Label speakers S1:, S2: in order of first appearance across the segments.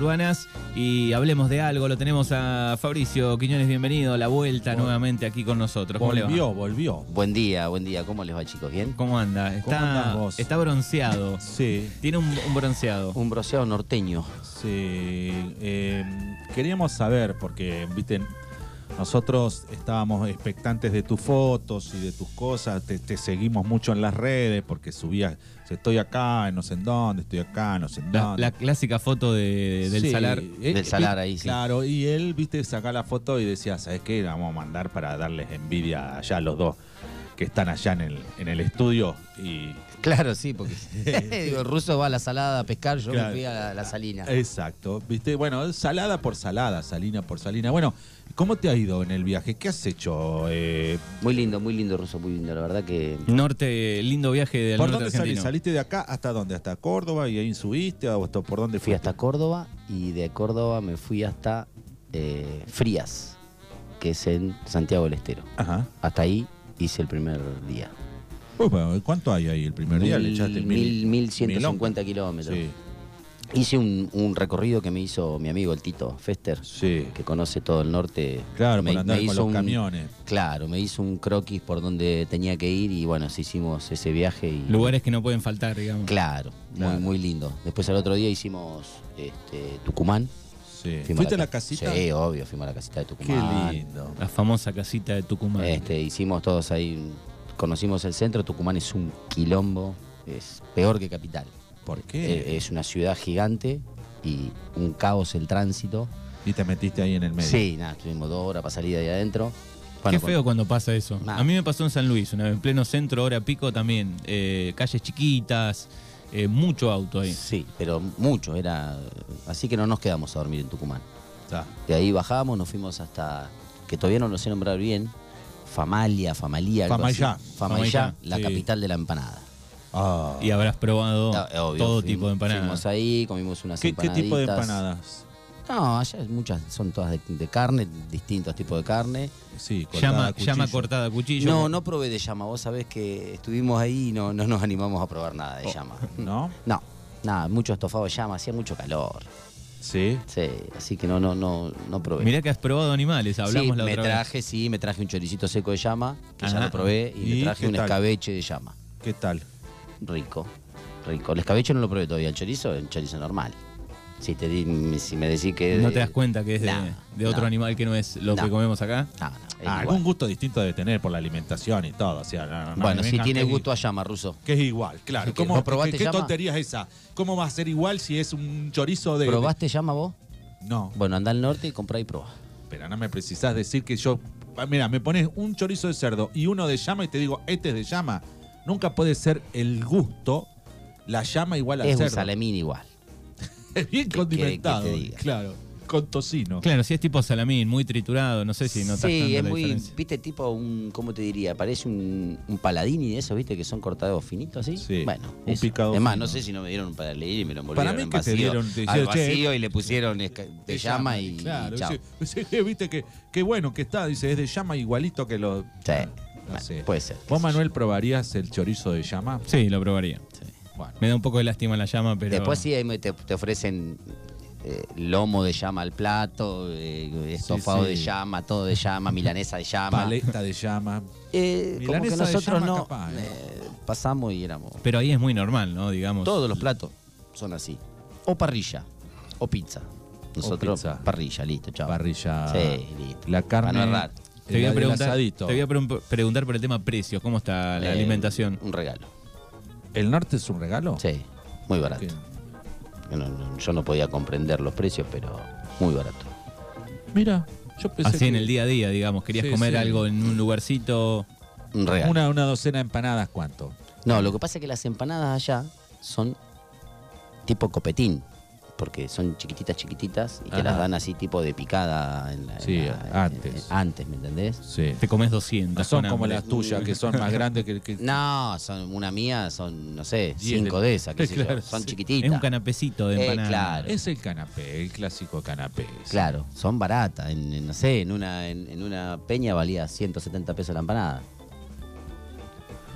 S1: urbanas y hablemos de algo. Lo tenemos a Fabricio Quiñones, bienvenido a la vuelta
S2: Vol-
S1: nuevamente aquí con nosotros. ¿Cómo le va?
S2: Volvió, volvió.
S3: Buen día, buen día. ¿Cómo les va, chicos? ¿Bien?
S1: ¿Cómo anda? Está,
S2: andás vos?
S1: está bronceado.
S2: Sí,
S1: Tiene un, un bronceado.
S3: Un broceo norteño.
S2: sí. Eh, queríamos saber, porque, viste, nosotros estábamos expectantes de tus fotos y de tus cosas. Te, te seguimos mucho en las redes porque subías, estoy acá, no sé en dónde, estoy acá, no sé en
S1: La,
S2: dónde.
S1: la clásica foto de- del
S2: Sí,
S1: salar.
S2: eh,
S3: Del salar ahí, sí.
S2: Claro, y él, viste, saca la foto y decía, ¿sabes qué? La vamos a mandar para darles envidia allá a los dos que están allá en el, en el estudio y
S3: Claro, sí, porque digo, el ruso va a la salada a pescar, yo
S2: Claro. Eh.
S3: me fui a la, la salina.
S2: Exacto, viste, bueno, salada por salada, salina por salina. Bueno, ¿cómo te ha ido en el viaje? ¿Qué has hecho? Eh,
S3: Muy lindo, muy lindo, ruso, muy lindo. La verdad que
S1: Norte, lindo viaje del
S2: ¿Por
S1: norte
S2: dónde
S1: argentino.
S2: saliste? ¿Saliste de acá hasta dónde? ¿Hasta Córdoba y ahí subiste? ¿O hasta- por dónde
S3: fui
S2: fuiste?
S3: hasta Córdoba y de Córdoba me fui hasta eh, Frías, que es en Santiago del Estero.
S2: Ajá.
S3: Hasta ahí hice el primer día.
S2: Uy, bueno, ¿Cuánto hay ahí el primer día? Le echaste
S3: mil, mil ciento
S2: milonga.
S3: cincuenta kilómetros.
S2: Sí,
S3: Hice un, un recorrido que me hizo mi amigo el Tito Fester,
S2: sí.
S3: que conoce todo el norte.
S2: Claro,
S3: Me-
S2: por andar
S3: me
S2: con
S3: hizo
S2: los
S3: un-
S2: camiones.
S3: Claro, me hizo un croquis por donde tenía que ir y bueno, sí hicimos ese viaje y.
S1: Lugares que no pueden faltar, digamos.
S3: Claro,
S2: Claro.
S3: Muy, muy lindo. Después al otro día hicimos este, Tucumán.
S2: Sí.
S3: Fuimos
S2: ¿Fuiste a la
S3: ca-
S2: casita?
S3: Sí, obvio, fuimos a la casita de
S2: Qué
S3: Tucumán.
S2: lindo.
S1: La famosa casita de Tucumán.
S3: Este, hicimos todos ahí, un- conocimos el centro, Tucumán es un quilombo, es peor que capital.
S2: ¿Por qué?
S3: Eh, Es una ciudad gigante y un caos el tránsito.
S2: Y te metiste ahí en el medio.
S3: Sí, nada, estuvimos dos horas para salir de ahí adentro.
S1: Qué
S3: Bueno, con-
S1: feo cuando pasa eso.
S3: Mal.
S1: A mí me pasó en San Luis, una vez en pleno centro, hora pico también. eh, calles chiquitas, eh, mucho auto ahí.
S3: Sí, pero mucho, era. Así que no nos quedamos a dormir en Tucumán.
S2: Está.
S3: De ahí bajamos, nos fuimos hasta, que todavía no lo sé nombrar bien, Famalia, Famalia. algo así.
S2: Famayá.
S3: Famayá,
S1: Famayá,
S3: la
S2: sí.
S3: capital de la empanada.
S2: Ah.
S1: Y habrás probado
S3: Ah, obvio,
S1: todo
S3: fuimos-
S1: tipo de empanadas.
S3: Fuimos ahí, comimos unas
S2: ¿Qué, qué
S3: empanaditas.
S2: tipo de empanadas?
S3: No, allá hay muchas, son todas de, de carne, distintos tipos de carne.
S2: Sí,
S1: Llama,
S2: cortada,
S1: llama
S2: cuchillo.
S1: cortada a cuchillo.
S3: No, no probé de llama, vos sabés que estuvimos ahí y no, no nos animamos a probar nada de llama.
S2: ¿No?
S3: No, nada, mucho estofado de llama, hacía mucho calor.
S2: Sí.
S3: Sí, así que no, no, no, no probé.
S1: Mirá que has probado animales, hablamos
S3: sí,
S1: la
S3: me
S1: otra vez.
S3: traje, sí, me traje un choricito seco de llama, que ya
S1: Ajá.
S3: lo probé, y,
S2: ¿Y
S3: me traje
S2: qué
S3: un
S2: tal?
S3: escabeche de llama.
S2: ¿Qué tal?
S3: Rico, rico. El escabeche no lo probé todavía, el chorizo, el chorizo normal. Si, te di- si me decís que...
S1: No te das cuenta que es de,
S3: Nah,
S1: de otro
S3: nah.
S1: animal que no es lo
S3: Nah.
S1: que comemos acá.
S3: No, no, es
S2: Ah,
S3: igual.
S2: algún gusto distinto debe tener por la alimentación y todo. O sea, no, no, no
S3: Bueno,
S2: me
S3: si
S2: vengan
S3: tiene
S2: que-
S3: gusto a llama, ruso.
S2: Que es igual, claro.
S3: ¿Que
S2: ¿Cómo,
S3: no probaste
S2: ¿Qué, qué
S3: llama?
S2: tontería es esa? ¿Cómo va a ser igual si es un chorizo de.?
S3: ¿Probaste llama vos?
S2: No,
S3: Bueno, anda al norte y comprá y probá.
S2: pero no me precisás decir que yo. Ah, Mira, me pones un chorizo de cerdo y uno de llama y te digo, este es de llama. Nunca puede ser el gusto, la llama igual al
S3: Es un
S2: cerdo.
S3: salamín igual.
S2: Es bien
S3: que-
S2: condimentado,
S3: que te diga.
S2: claro. Con tocino.
S1: Claro, si es tipo salamín, muy triturado, no sé si notas
S3: sí,
S1: tanto
S3: es
S1: la
S3: muy,
S1: diferencia.
S3: viste, tipo un, ¿cómo te diría? Parece un, un paladini de esos, viste, que son cortados finitos, ¿sí?
S2: Sí,
S3: Bueno,
S2: un picado
S3: Es más,
S2: fino.
S3: no sé si no me dieron para leer y me lo envolvieron
S2: Para mí
S3: en
S2: que te
S3: vacío,
S2: dieron, te
S3: al
S2: dijeron, "Che,
S3: vacío y le pusieron esca- de llama y,
S2: Claro,
S3: y chao.
S2: dice- dice, viste que, que bueno que está, dice, es de llama igualito que los.
S3: Sí,
S2: No sé.
S3: puede ser. qué
S2: ¿Vos,
S3: sé yo.
S2: Manuel, probarías el chorizo de llama?
S1: Sí, lo probaría.
S3: Sí.
S2: Bueno.
S1: Me da un poco de lástima la llama, pero.
S3: Después sí ahí me- te, te ofrecen eh, lomo de llama al plato, eh, estofado
S2: sí.
S3: de llama, todo de llama, milanesa de llama.
S2: Paleta de llama.
S3: Eh, como que
S2: Milanesa de
S3: nosotros
S2: llama
S3: no
S2: capaz, ¿eh?
S3: eh, pasamos y éramos.
S1: Pero ahí es muy normal, ¿no? Digamos.
S3: Todos los platos son así. O parrilla, o pizza. Nosotros
S2: pizza.
S3: parrilla, listo, chao.
S2: Parrilla.
S3: Sí, listo.
S2: La carne.
S3: Para no errar.
S1: Te voy, a
S2: el
S1: preguntar,
S2: asadito.
S1: te voy a pre- preguntar por el tema precios, ¿cómo está la
S3: Eh,
S1: alimentación?
S3: Un regalo.
S2: ¿El norte es un regalo?
S3: Sí, muy barato.
S2: Que-
S3: No, no, yo no podía comprender los precios, pero muy barato.
S2: Mira, yo pensé.
S1: Así en
S2: que
S1: el día a día, digamos. Querías
S2: Sí,
S1: comer
S2: sí.
S1: algo en un lugarcito.
S3: Un regalo.
S2: Una, una docena de empanadas, ¿cuánto?
S3: No, lo que pasa es que las empanadas allá son tipo copetín, porque son chiquititas, chiquititas, y te
S2: Ajá.
S3: las dan así tipo de picada. En la- en
S2: Sí,
S3: la- en-
S2: antes.
S3: en- antes, ¿me entendés?
S2: Sí.
S1: Te comes 200.
S2: No son
S1: con
S2: como
S1: hambre.
S2: las tuyas, que son más grandes que. que-
S3: No, son una mía, son, no sé,
S2: Diez
S3: cinco
S2: de-
S3: de esas, qué sé yo,
S2: Claro,
S3: son
S2: sí.
S3: chiquititas.
S1: Es un canapecito de
S3: Eh,
S1: empanada.
S3: claro.
S2: Es el canapé, el clásico canapé.
S3: Claro, son baratas, en, en, no sé, en una, en, en una peña valía 170 pesos la empanada.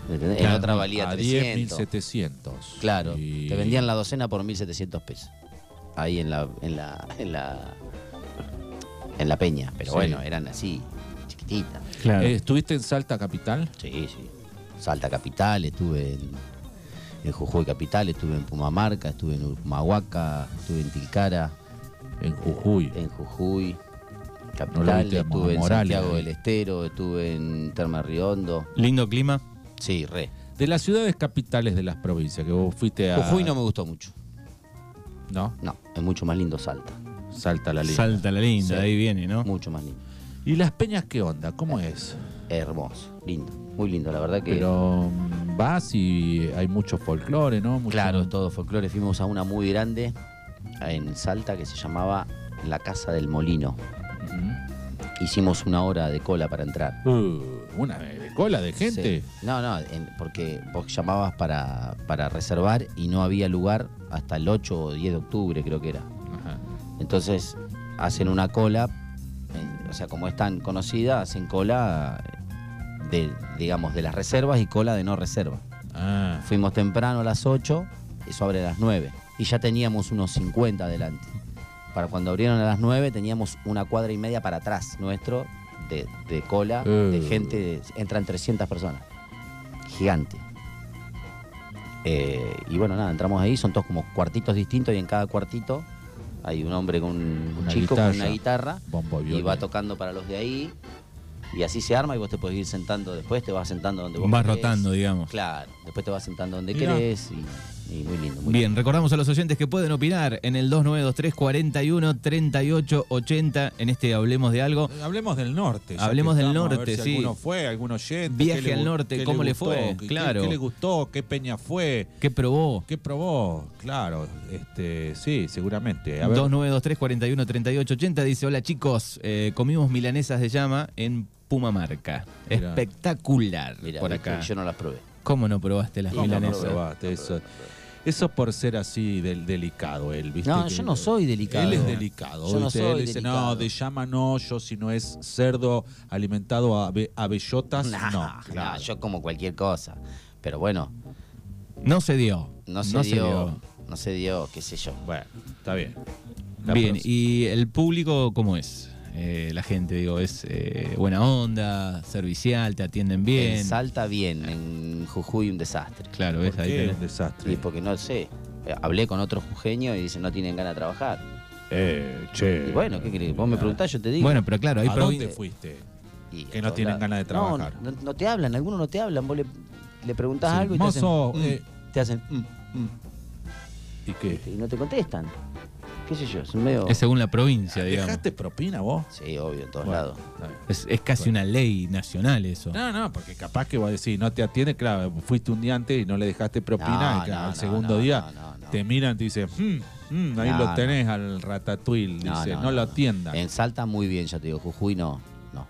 S3: ¿Me entendés?
S1: Claro,
S3: en otra valía
S2: A
S3: 300.
S2: 10.700.
S3: Claro,
S2: Y-
S3: te vendían la docena por 1.700 pesos. ahí en la, en la, en la, en la peña. Pero
S2: Sí.
S3: bueno, eran así, chiquititas.
S1: Claro.
S2: Eh, ¿Estuviste en Salta Capital?
S3: Sí, sí. Salta Capital, estuve en, en Jujuy Capital, estuve en Pumamarca, estuve en Humahuaca, estuve en Tilcara,
S2: En Jujuy.
S3: en Jujuy
S2: No lo
S3: Capital,
S2: viste a
S3: estuve en
S2: Morales, ahí.
S3: Santiago del Estero, estuve en Terma Riondo.
S1: Lindo clima.
S3: Sí, re.
S2: De las ciudades capitales de las provincias, que vos fuiste a.
S3: Jujuy no me gustó mucho.
S2: ¿No?
S3: Ah. No, es mucho más lindo Salta.
S2: Salta la línea.
S1: Salta la linda,
S3: Sí.
S1: ahí viene, ¿no?
S3: Mucho más lindo.
S2: ¿Y las peñas qué onda? ¿Cómo
S3: Eh.
S2: es?
S3: Hermoso, lindo. Muy lindo, la verdad que.
S2: Pero mm, vas y hay mucho folclore, ¿no? Mucho-
S3: Claro, es todo folclore. Fuimos a una muy grande en Salta que se llamaba La Casa del Molino. Hicimos una hora de cola para entrar.
S2: Uh, una de cola de gente.
S3: Sí. No, no, en- porque vos llamabas para, para reservar y no había lugar hasta el 8 o 10 de octubre, creo que era.
S2: Ajá.
S3: Entonces hacen una cola, en- o sea, como es tan conocida, hacen cola de, digamos, de las reservas y cola de no reserva.
S2: Ah,
S3: Fuimos temprano a las 8, eso abre a las 9. Y ya teníamos unos 50 adelante. Para cuando abrieron a las 9 teníamos una cuadra y media para atrás nuestro de, de cola, de
S2: Eh.
S3: gente, de- entran 300 personas. Gigante. Eh, y bueno, nada, entramos ahí, son todos como cuartitos distintos y en cada cuartito hay un hombre con un,
S2: Una
S3: chico con una
S2: guitarra.
S3: guitarra
S2: bombo
S3: y
S2: violín.
S3: va tocando para los de ahí. Y así se arma y vos te podés ir sentando después, te vas sentando donde vos
S1: Vas
S3: querés.
S1: rotando, digamos.
S3: Claro, después te vas sentando donde
S2: Mirá.
S3: querés y, y muy lindo. Muy lindo.
S1: Bien, recordamos a los oyentes que pueden opinar en el 2923 41 38 80 en este Hablemos de algo.
S2: Hablemos del norte. ya
S1: Hablemos
S2: que
S1: del
S2: estamos, a ver
S1: norte,
S2: si
S1: sí.
S2: Alguno fue, alguno oyente.
S1: Viaje
S2: qué le
S1: al
S2: gu-
S1: norte,
S2: qué
S1: ¿cómo le
S2: gustó,
S1: fue?
S2: qué- qué-
S1: Claro.
S2: ¿Qué le gustó? ¿Qué peña fue?
S1: ¿Qué probó?
S2: ¿Qué probó? Claro, este, sí,
S3: Eh,
S2: seguramente. A ver,
S1: 2923 41 38 80 dice, hola chicos, eh, comimos milanesas de llama en Pumamarca.
S2: Mirá.
S1: Espectacular
S3: Mirá,
S1: por
S3: viste,
S1: acá.
S3: Yo no las probé.
S1: ¿Cómo no probaste las
S2: ¿cómo
S3: no
S1: milanesas?
S2: probaste eso? Eso por ser así del delicado, él, ¿viste?
S3: No,
S2: Que-
S3: yo no soy delicado.
S2: Él es delicado,
S3: Yo no
S2: ¿viste?
S3: soy
S2: Él dice, no,
S3: delicado.
S2: de llama no, yo si no es cerdo alimentado a, be- a bellotas,
S3: Nah,
S2: no.
S3: nah,
S2: claro.
S3: yo como cualquier cosa. Pero bueno,
S1: No se dio.
S3: no se, dio, No se dio, qué sé yo.
S2: Bueno, está bien. La
S1: Bien,
S2: próxima.
S1: ¿y el público cómo es? Eh, la gente, digo, es eh, buena onda, servicial, te atienden bien.
S3: En Salta bien, en Jujuy un desastre.
S1: Claro,
S2: ¿Por
S1: ves ahí.
S2: qué?
S1: tenés.
S2: un desastre.
S3: Y porque no sé, eh, hablé con otros jujeños y dicen no tienen ganas de trabajar.
S2: Eh, che.
S3: Y bueno, ¿qué crees? Vos me preguntás, yo te digo.
S1: Bueno, pero claro, hay
S2: ¿A dónde
S1: provin-
S2: fuiste?
S3: Y
S2: que
S3: a
S2: no
S3: todos
S2: tienen
S3: lados.
S2: ganas de
S3: No,
S2: trabajar.
S3: No, no te hablan, algunos no te hablan. Vos le, le preguntás
S2: Sí,
S3: algo y
S2: mozo,
S3: te hacen. mm,
S2: eh.
S3: te hacen mm, mm.
S2: ¿Y qué?
S3: y no te contestan. ¿Qué sé yo? Es un medio.
S1: Es según la provincia, digamos.
S2: Ah, ¿Dejaste propina vos?
S3: Sí, obvio, en todos
S2: Bueno,
S3: lados.
S2: está bien.
S1: Es, es casi una ley nacional eso.
S2: No, no, porque capaz que vos decís, no te atiende, claro, fuiste un día antes y no le dejaste propina,
S3: No,
S2: y claro,
S3: no,
S2: al
S3: no,
S2: segundo
S3: no,
S2: día
S3: no, no, no.
S2: te miran y te dicen, "Mm, mm, ahí
S3: No,
S2: lo
S3: no.
S2: tenés al ratatouille, dice, no, lo atiendan.
S3: En Salta muy bien, ya te digo. Jujuy no. No.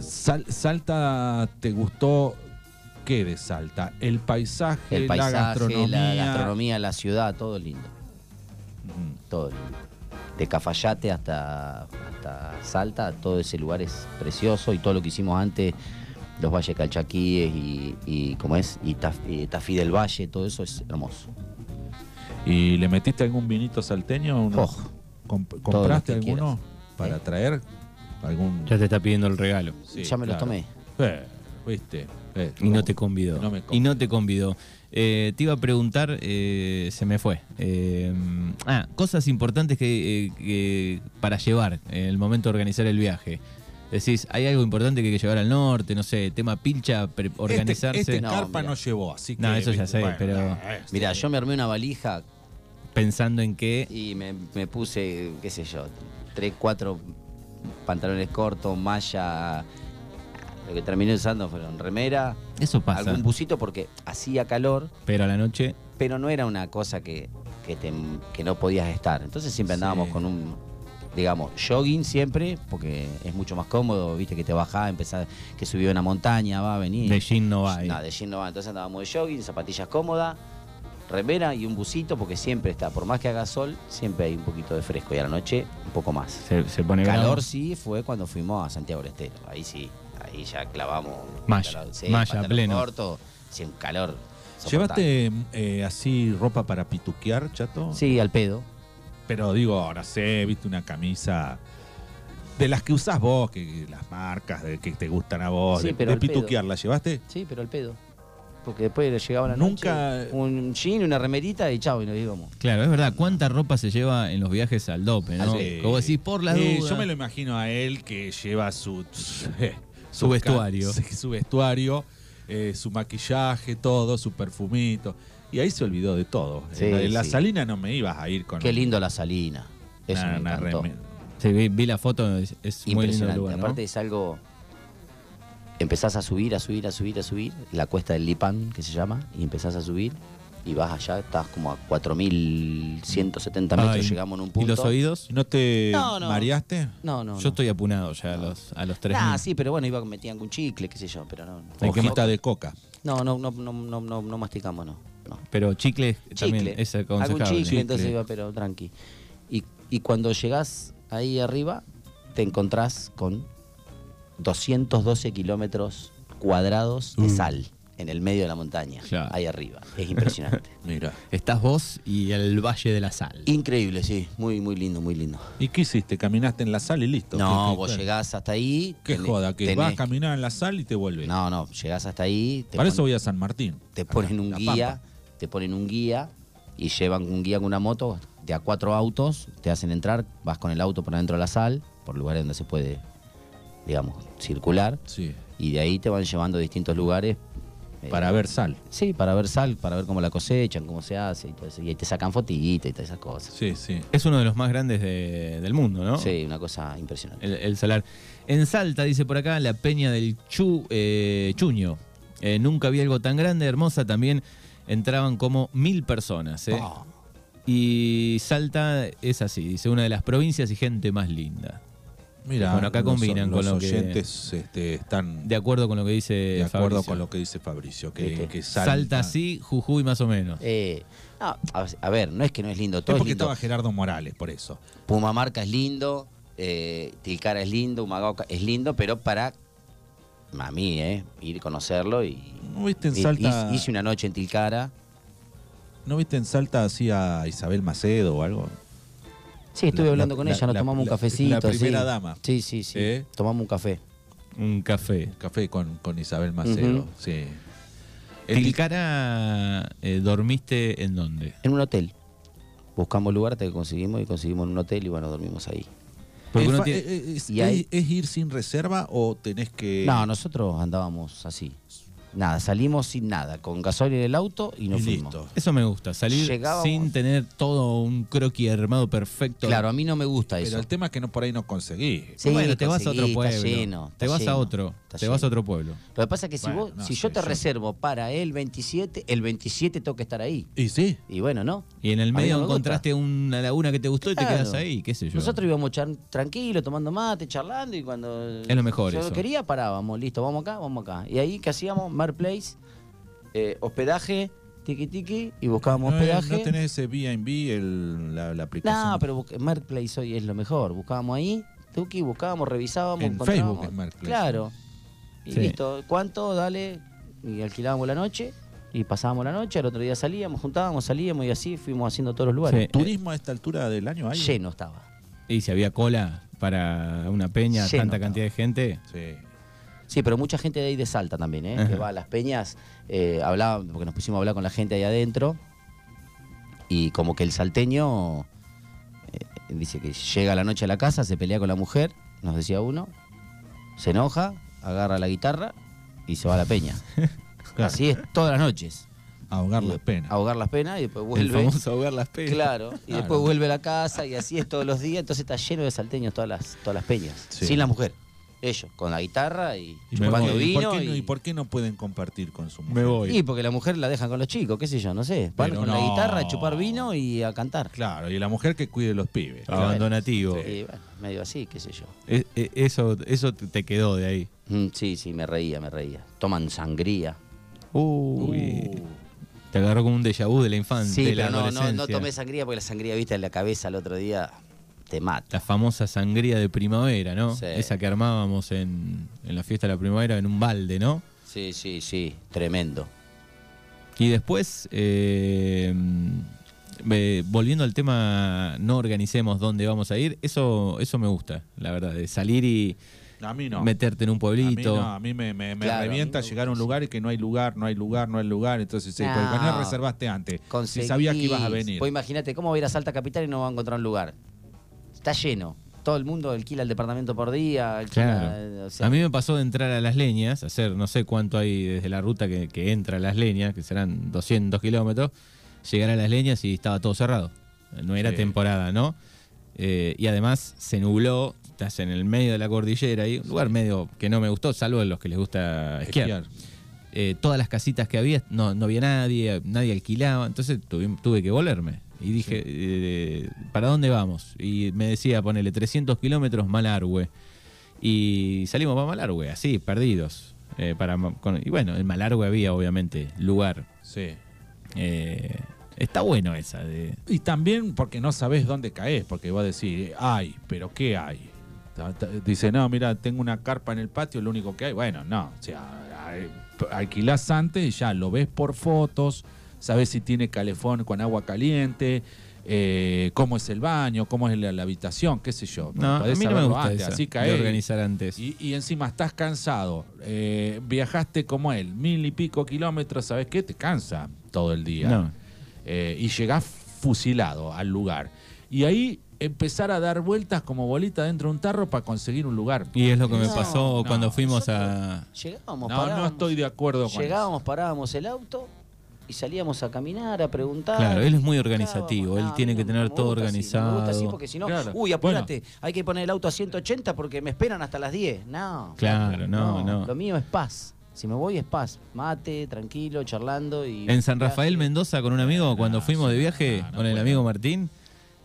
S2: Sal- Salta, ¿te gustó qué de Salta? El paisaje,
S3: El paisaje,
S2: Eh, la gastronomía.
S3: la gastronomía, la ciudad, todo lindo. Todo lindo. De Cafayate hasta, hasta Salta, todo ese lugar es precioso y todo lo que hicimos antes, los valles calchaquíes y, y ¿cómo es? Y, Taf- y Tafí del Valle, todo eso es hermoso.
S2: ¿Y le metiste algún vinito salteño? Uno?
S3: Oh,
S2: Comp-
S3: lo
S2: ¿Compraste
S3: que
S2: alguno para
S3: ¿Eh?
S2: traer? ¿Algún...
S1: Ya te está pidiendo el regalo.
S2: Sí,
S3: ya me los
S2: claro.
S3: tomé.
S2: Eh, ¿Viste? Eh,
S1: Y no te convidó.
S2: No me
S1: y no te convidó. Eh, te iba a preguntar, eh, se me fue. Eh, ah, cosas importantes que, eh, que para llevar en el momento de organizar el viaje. Decís, hay algo importante que hay que llevar al norte, no sé, tema pilcha, pre- organizarse.
S2: Este, este
S3: No,
S2: carpa
S3: mira.
S2: no llevó, así que.
S1: No, eso ya sé, pero-
S2: eh,
S3: Mirá, yo me armé una valija
S1: pensando en que
S3: y me, me puse, qué sé yo, tres, cuatro pantalones cortos, malla. Lo que terminé usando fueron remera,
S1: eso pasa.
S3: algún busito porque hacía calor,
S1: Pero a la noche,
S3: pero no era una cosa que, que, te- que no podías estar. Entonces siempre andábamos
S2: Sí.
S3: con un, digamos, jogging siempre, porque es mucho más cómodo, viste, que te bajás, empezás, que subió una montaña, va a venir.
S1: de jean no va. ahí.
S3: No, de jean no va. Entonces andábamos de jogging, zapatillas cómodas, remera y un busito, porque siempre está. Por más que haga sol, siempre hay un poquito de fresco. Y a la noche, un poco más.
S1: se, se pone
S3: Calor
S1: bravo.
S3: sí fue cuando fuimos a Santiago del Estero. Ahí sí, ahí ya clavamos.
S1: Malla,
S3: Calor,
S1: malla,
S3: pantalón
S1: pleno.
S3: corto, sí, un calor. soportable.
S2: ¿Llevaste eh, así ropa para pituquear, chato?
S3: Sí, al pedo.
S2: Pero digo, ahora sé, viste una camisa de las que usás vos, que las marcas de, que te gustan a vos,
S3: Sí,
S2: de,
S3: pero
S2: de
S3: al pedo.
S2: pituquear, ¿la llevaste?
S3: Sí, pero al pedo. Porque después le llegaba la
S2: Nunca-
S3: noche, un jean, una remerita y chao, y nos íbamos.
S1: Claro, es verdad. ¿Cuánta ropa se lleva en los viajes al dope,
S3: Ah,
S1: no?
S2: Ah, Sí.
S1: Como decís, por las
S2: Eh,
S1: dudas.
S2: Yo me lo imagino a él que lleva su...
S1: Su vestuario.
S2: ca- Su vestuario, eh, su maquillaje, todo, su perfumito. Y ahí se olvidó de todo.
S3: Sí,
S2: en la
S3: sí.
S2: salina no me ibas a ir con...
S3: Qué lindo la salina. Eso
S2: una-
S3: me
S2: una
S3: encantó.
S2: remera.
S1: Sí, vi, vi la foto, es, es muy lindo el
S3: Impresionante.
S1: lugar, ¿no?
S3: Aparte es algo. Empezás a subir, a subir, a subir, a subir. La cuesta del Lipan, que se llama, y empezás a subir. Y vas allá, estás como a 4.170 metros,
S1: Ay,
S3: llegamos en un punto.
S1: ¿Y los oídos?
S2: ¿No te
S3: No, no.
S2: mareaste?
S3: No, no.
S1: Yo
S3: no.
S1: estoy apunado ya a los, a los tres.
S3: Ah,
S1: mil.
S3: sí, pero bueno, iba, metían un chicle, qué sé yo, pero no.
S2: ¿O
S1: que
S2: quita de coca?
S3: No, no, no, no, no, no, no masticamos, no. no.
S1: Pero chicles
S3: Chicle.
S1: también es
S3: Algún
S1: aconsejable.
S3: chicle,
S1: Chicle.
S3: entonces iba, pero tranqui. Y, y cuando llegás ahí arriba, te encontrás con 212 kilómetros cuadrados de sal en el medio de la montaña,
S1: Mm. Claro.
S3: ahí arriba. Es impresionante.
S2: Mira.
S1: Estás vos y el Valle de la Sal.
S3: Increíble, sí. Muy, muy lindo, muy lindo.
S2: ¿Y qué hiciste? ¿Caminaste en la sal y listo?
S3: No,
S2: ¿Qué-
S3: vos
S2: qué-
S3: llegás hasta ahí.
S2: Qué
S3: tenés-
S2: joda, que
S3: tenés-
S2: vas a caminar en la sal y te vuelves.
S3: No, no, llegás hasta ahí. te
S2: Para
S3: pon-
S2: eso voy a San Martín.
S3: te ponen un
S2: La
S3: guía,
S2: Pampa.
S3: te ponen un guía y llevan un guía con una moto de a cuatro autos, te hacen entrar, vas con el auto por adentro de la sal, por lugares donde se puede, digamos, circular,
S2: Sí.
S3: y de ahí te van llevando a distintos lugares. eh,
S2: Para ver sal.
S3: Sí, para ver sal, para ver cómo la cosechan, cómo se hace, y, todo eso, y ahí te sacan fotitas y todas esas cosas.
S2: Sí, sí.
S1: Es uno de los más grandes de- del mundo, ¿no?
S3: Sí, una cosa impresionante.
S1: El, el salar. En Salta, dice por acá, la peña del Chu, eh, Chuño. Eh, nunca vi algo tan grande, hermosa. También entraban como mil personas. ¿eh?
S3: Oh,
S1: Y Salta es así, dice, una de las provincias y gente más linda.
S2: Mira,
S1: Bueno, acá combinan
S2: los,
S1: con lo que-
S2: Los oyentes este, están
S1: De
S2: de,
S1: acuerdo con lo que dice
S2: acuerdo
S1: Fabricio. Este,
S2: con lo que dice Fabricio, que,
S3: Viste.
S2: que
S1: Salta.
S2: salta.
S1: sí, Jujuy más o menos.
S3: eh, no, a, a ver, no es que no es lindo,
S2: Es
S3: todo es,
S2: porque
S3: lindo.
S2: estaba Gerardo Morales, por eso.
S3: Pumamarca es lindo, eh, Tilcara es lindo, Humagauca es lindo, pero para a mí, ¿eh? Ir a conocerlo y.
S2: ¿No viste en
S3: y-
S2: Salta,
S3: hice- Hice una noche en Tilcara.
S2: ¿no viste en Salta así a Isabel Macedo o algo?
S3: Sí, estuve
S2: La-
S3: hablando
S2: la-
S3: con
S2: la-
S3: ella, nos
S2: la-
S3: tomamos un
S2: la-
S3: cafecito.
S2: la primera
S3: sí.
S2: dama.
S3: Sí, sí, sí.
S2: ¿Eh?
S3: Tomamos un café.
S1: Un café.
S2: Café con, con Isabel Macedo,
S3: Ujú.
S2: sí. El-
S1: Tilcara, eh, ¿dormiste en dónde?
S3: En un hotel. Buscamos lugar hasta que conseguimos y conseguimos un hotel y bueno, dormimos ahí.
S1: Porque
S2: es,
S1: uno
S2: fa-
S1: tiene-
S2: eh, eh, es-
S3: Y ahí-
S2: es- es ir sin reserva o tenés que...?
S3: No, nosotros andábamos así. Nada, salimos sin nada, con gasolina en el auto y nos
S2: y
S3: fuimos.
S2: listo.
S1: Eso me gusta, salir
S3: Llegábamos.
S1: sin tener todo un croquis armado perfecto.
S3: Claro, a mí no me gusta
S2: Pero
S3: eso.
S2: el tema es que no por ahí no conseguís.
S3: Sí,
S1: bueno, te vas a
S3: conseguí,
S1: otro pueblo.
S3: Está lleno,
S1: te
S3: está
S1: vas a
S3: lleno,
S1: otro.
S3: está
S1: Te vas a
S3: lleno.
S1: otro pueblo.
S3: Lo que pasa es que si,
S2: Bueno,
S3: vos,
S2: no
S3: si
S2: sé,
S3: yo te
S2: yo-
S3: reservo para el 27, el 27 tengo que estar ahí.
S2: Y sí.
S3: Y bueno, ¿no?
S1: Y en el
S3: A mí
S1: medio
S3: no me
S1: encontraste una laguna que te gustó y te
S3: Claro.
S1: quedas ahí, qué sé yo.
S3: Nosotros íbamos chan- tranquilos, tomando mate, charlando y cuando...
S1: Es lo mejor
S3: Yo
S1: eso.
S3: quería, parábamos, listo, vamos acá, vamos acá. Y ahí, ¿qué hacíamos? Mar Place, eh, hospedaje, tiki tiki, y buscábamos
S2: No, eh,
S3: hospedaje.
S2: no tenés ese B&B, el- la, la aplicación.
S3: No, pero busca- Marketplace hoy es lo mejor. Buscábamos ahí, Tuki, buscábamos, revisábamos.
S2: En
S3: encontrábamos.
S2: Facebook es Marketplace.
S3: Claro. Y
S1: Sí.
S3: listo, ¿cuánto? Dale. Y alquilábamos la noche y pasábamos la noche. Al otro día salíamos, juntábamos, salíamos y así fuimos haciendo todos los lugares.
S2: ¿Turismo a esta altura del año hay?
S3: Lleno estaba.
S1: Y si había cola para una peña,
S3: Lleno,
S1: tanta
S3: no.
S1: cantidad de gente.
S2: Sí.
S3: Sí, pero mucha gente de ahí de Salta también, ¿eh?
S1: Ajá.
S3: Que va a las peñas, eh, hablaba, porque nos pusimos a hablar con la gente ahí adentro. Y como que el salteño eh, dice que llega a la noche a la casa, se pelea con la mujer, nos decía uno, se enoja, agarra la guitarra y se va a la peña.
S2: Claro.
S3: Así es todas las noches.
S2: Ahogar
S3: Y-
S2: las penas.
S3: Ahogar las penas y después
S1: El
S3: vuelve.
S1: famoso ahogar las peñas.
S3: Claro, y
S2: Claro.
S3: después vuelve a la casa y así es todos los días, entonces está lleno de salteños todas las, todas las peñas.
S2: Sí.
S3: Sin la mujer. Ellos, con la guitarra y,
S2: ¿Y por,
S3: chupando
S2: qué, y por
S3: vino.
S2: qué no,
S3: y-
S2: y por qué no pueden compartir con su mujer?
S1: Me voy.
S3: Y porque la mujer la dejan con los chicos, qué sé yo, no sé. Van
S2: Pero
S3: con la
S2: no.
S3: guitarra a chupar vino y a cantar.
S2: Claro, y la mujer que cuide los pibes.
S3: Ah.
S1: Abandonativo.
S3: Y bueno, medio así, qué sé yo.
S1: E- e- eso, eso te quedó de ahí.
S3: Mm, sí, sí, me reía, me reía. Toman sangría.
S1: Uy. Te agarró como un déjà vu de la
S2: Ah,
S1: infancia.
S3: Uh. Sí,
S1: de la
S3: pero no, no, no
S1: adolescencia.
S3: tomé sangría porque la sangría, viste, en la cabeza al otro día te mata.
S1: La famosa sangría de primavera, ¿no?
S3: Sí.
S1: Esa que armábamos en, en la fiesta de la primavera en un balde, ¿no?
S3: Sí, sí, sí, tremendo.
S1: Y después, eh, eh, volviendo al tema, no organicemos dónde vamos a ir, eso, eso me gusta, la verdad, de salir y
S2: A mí no.
S1: meterte en un pueblito.
S2: A mí, no, a mí me, me- me
S3: Claro, a mí
S2: revienta
S3: me
S2: llegar a un
S3: gusta,
S2: lugar y que no hay lugar, no hay lugar, no hay lugar. Entonces, sí,
S3: No.
S2: porque no reservaste antes. Si
S3: Conseguís.
S2: sabías que ibas a venir.
S3: Vos imagínate, ¿cómo va a ir a Salta Capital y no va a encontrar un lugar? Está lleno. Todo el mundo alquila el departamento por día. alquila, eh,
S1: Claro.
S3: o sea,
S1: a mí me pasó de entrar a las leñas, hacer no sé cuánto hay desde la ruta que, que entra a las leñas, que serán 200 kilómetros, llegar a las leñas y estaba todo cerrado. No era
S2: Sí.
S1: temporada, ¿no? Eh, y además se nubló, estás en el medio de la cordillera ahí, un lugar medio que no me gustó, salvo a los que les gusta esquiar.
S2: Esquiar.
S1: Eh, todas las casitas que había, no, no había nadie, nadie alquilaba, entonces tuve, tuve que volverme. Y dije, eh, ¿para dónde vamos? Y me decía, ponele 300 kilómetros Malargüe. Y salimos para Malargüe, así, perdidos. Eh, para, Ma- con- y bueno, en Malargüe había, obviamente, lugar.
S2: Sí.
S1: Eh, está bueno esa. De,
S2: Y también porque no sabes dónde caes, porque vos decís, hay, pero ¿qué hay? Ta- ta- Dice, no, mira, tengo una carpa en el patio, lo único que hay. Bueno, no, o sea, hay- alquilás antes y ya lo ves por fotos, sabes si tiene calefón con agua caliente, eh, cómo es el baño, cómo es la, la habitación, qué sé yo.
S1: no, a
S2: Podés
S1: mí no me
S2: saberlo
S1: gusta
S2: antes,
S1: esa,
S2: así
S1: de
S2: caes.
S1: organizar antes.
S2: Y, y encima estás cansado, eh, viajaste como él, mil y pico kilómetros, ¿sabes qué? Te cansa todo el día
S1: No.
S2: eh, y llegás fusilado al lugar. Y ahí empezar a dar vueltas como bolita dentro de un tarro para conseguir un lugar.
S1: Y es lo que me
S3: No,
S1: pasó
S2: no,
S1: cuando fuimos
S3: nosotros-
S1: a...
S3: Llegábamos,
S2: No,
S3: parábamos,
S2: no estoy de acuerdo con
S3: llegábamos, parábamos el auto y salíamos a caminar, a preguntar.
S1: Claro, él es muy
S3: Buscábamos.
S1: organizativo, él
S3: No, a
S1: tiene
S3: mí
S1: que
S3: no-
S1: tener
S3: no me
S1: todo
S3: gusta así,
S1: organizado.
S3: no me gusta así porque si no,
S2: Claro.
S3: uy, apúrate, hay que poner el auto a 180 porque me esperan hasta las 10. No.
S1: Claro, no, no.
S3: Lo mío es paz. Si me voy es paz. Mate, tranquilo, charlando y.
S1: En San Rafael Mendoza con un amigo, cuando
S2: no,
S1: fuimos de
S2: sí,
S1: viaje
S2: no, no
S1: con el
S2: puede.
S1: amigo Martín,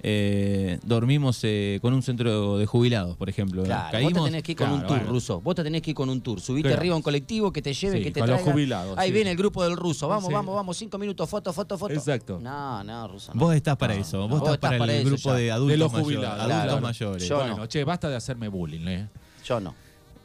S1: eh, dormimos eh, con un centro de jubilados, por ejemplo.
S3: Claro, vos te tenés que ir con un
S2: claro,
S3: tour,
S2: bueno.
S3: ruso. Vos te tenés que ir con un tour. Subite
S2: Claro.
S3: arriba a un colectivo que te lleve,
S2: Sí,
S3: que te
S2: con los
S3: traiga.
S2: jubilados,
S3: Ahí
S2: sí.
S3: viene el grupo del ruso. Vamos,
S2: Sí.
S3: vamos, vamos. Cinco minutos, foto, foto, foto.
S2: Exacto.
S3: No, no, ruso. no.
S1: Vos estás para
S3: No,
S1: eso,
S3: no,
S1: vos estás para, el
S3: eso
S1: grupo
S3: ya.
S1: de adultos
S2: De los
S1: mayores,
S2: jubilados,
S1: adultos
S3: claro.
S1: mayores.
S3: Yo
S2: bueno,
S3: no.
S2: che, basta de hacerme bullying. ¿eh?
S3: Yo no.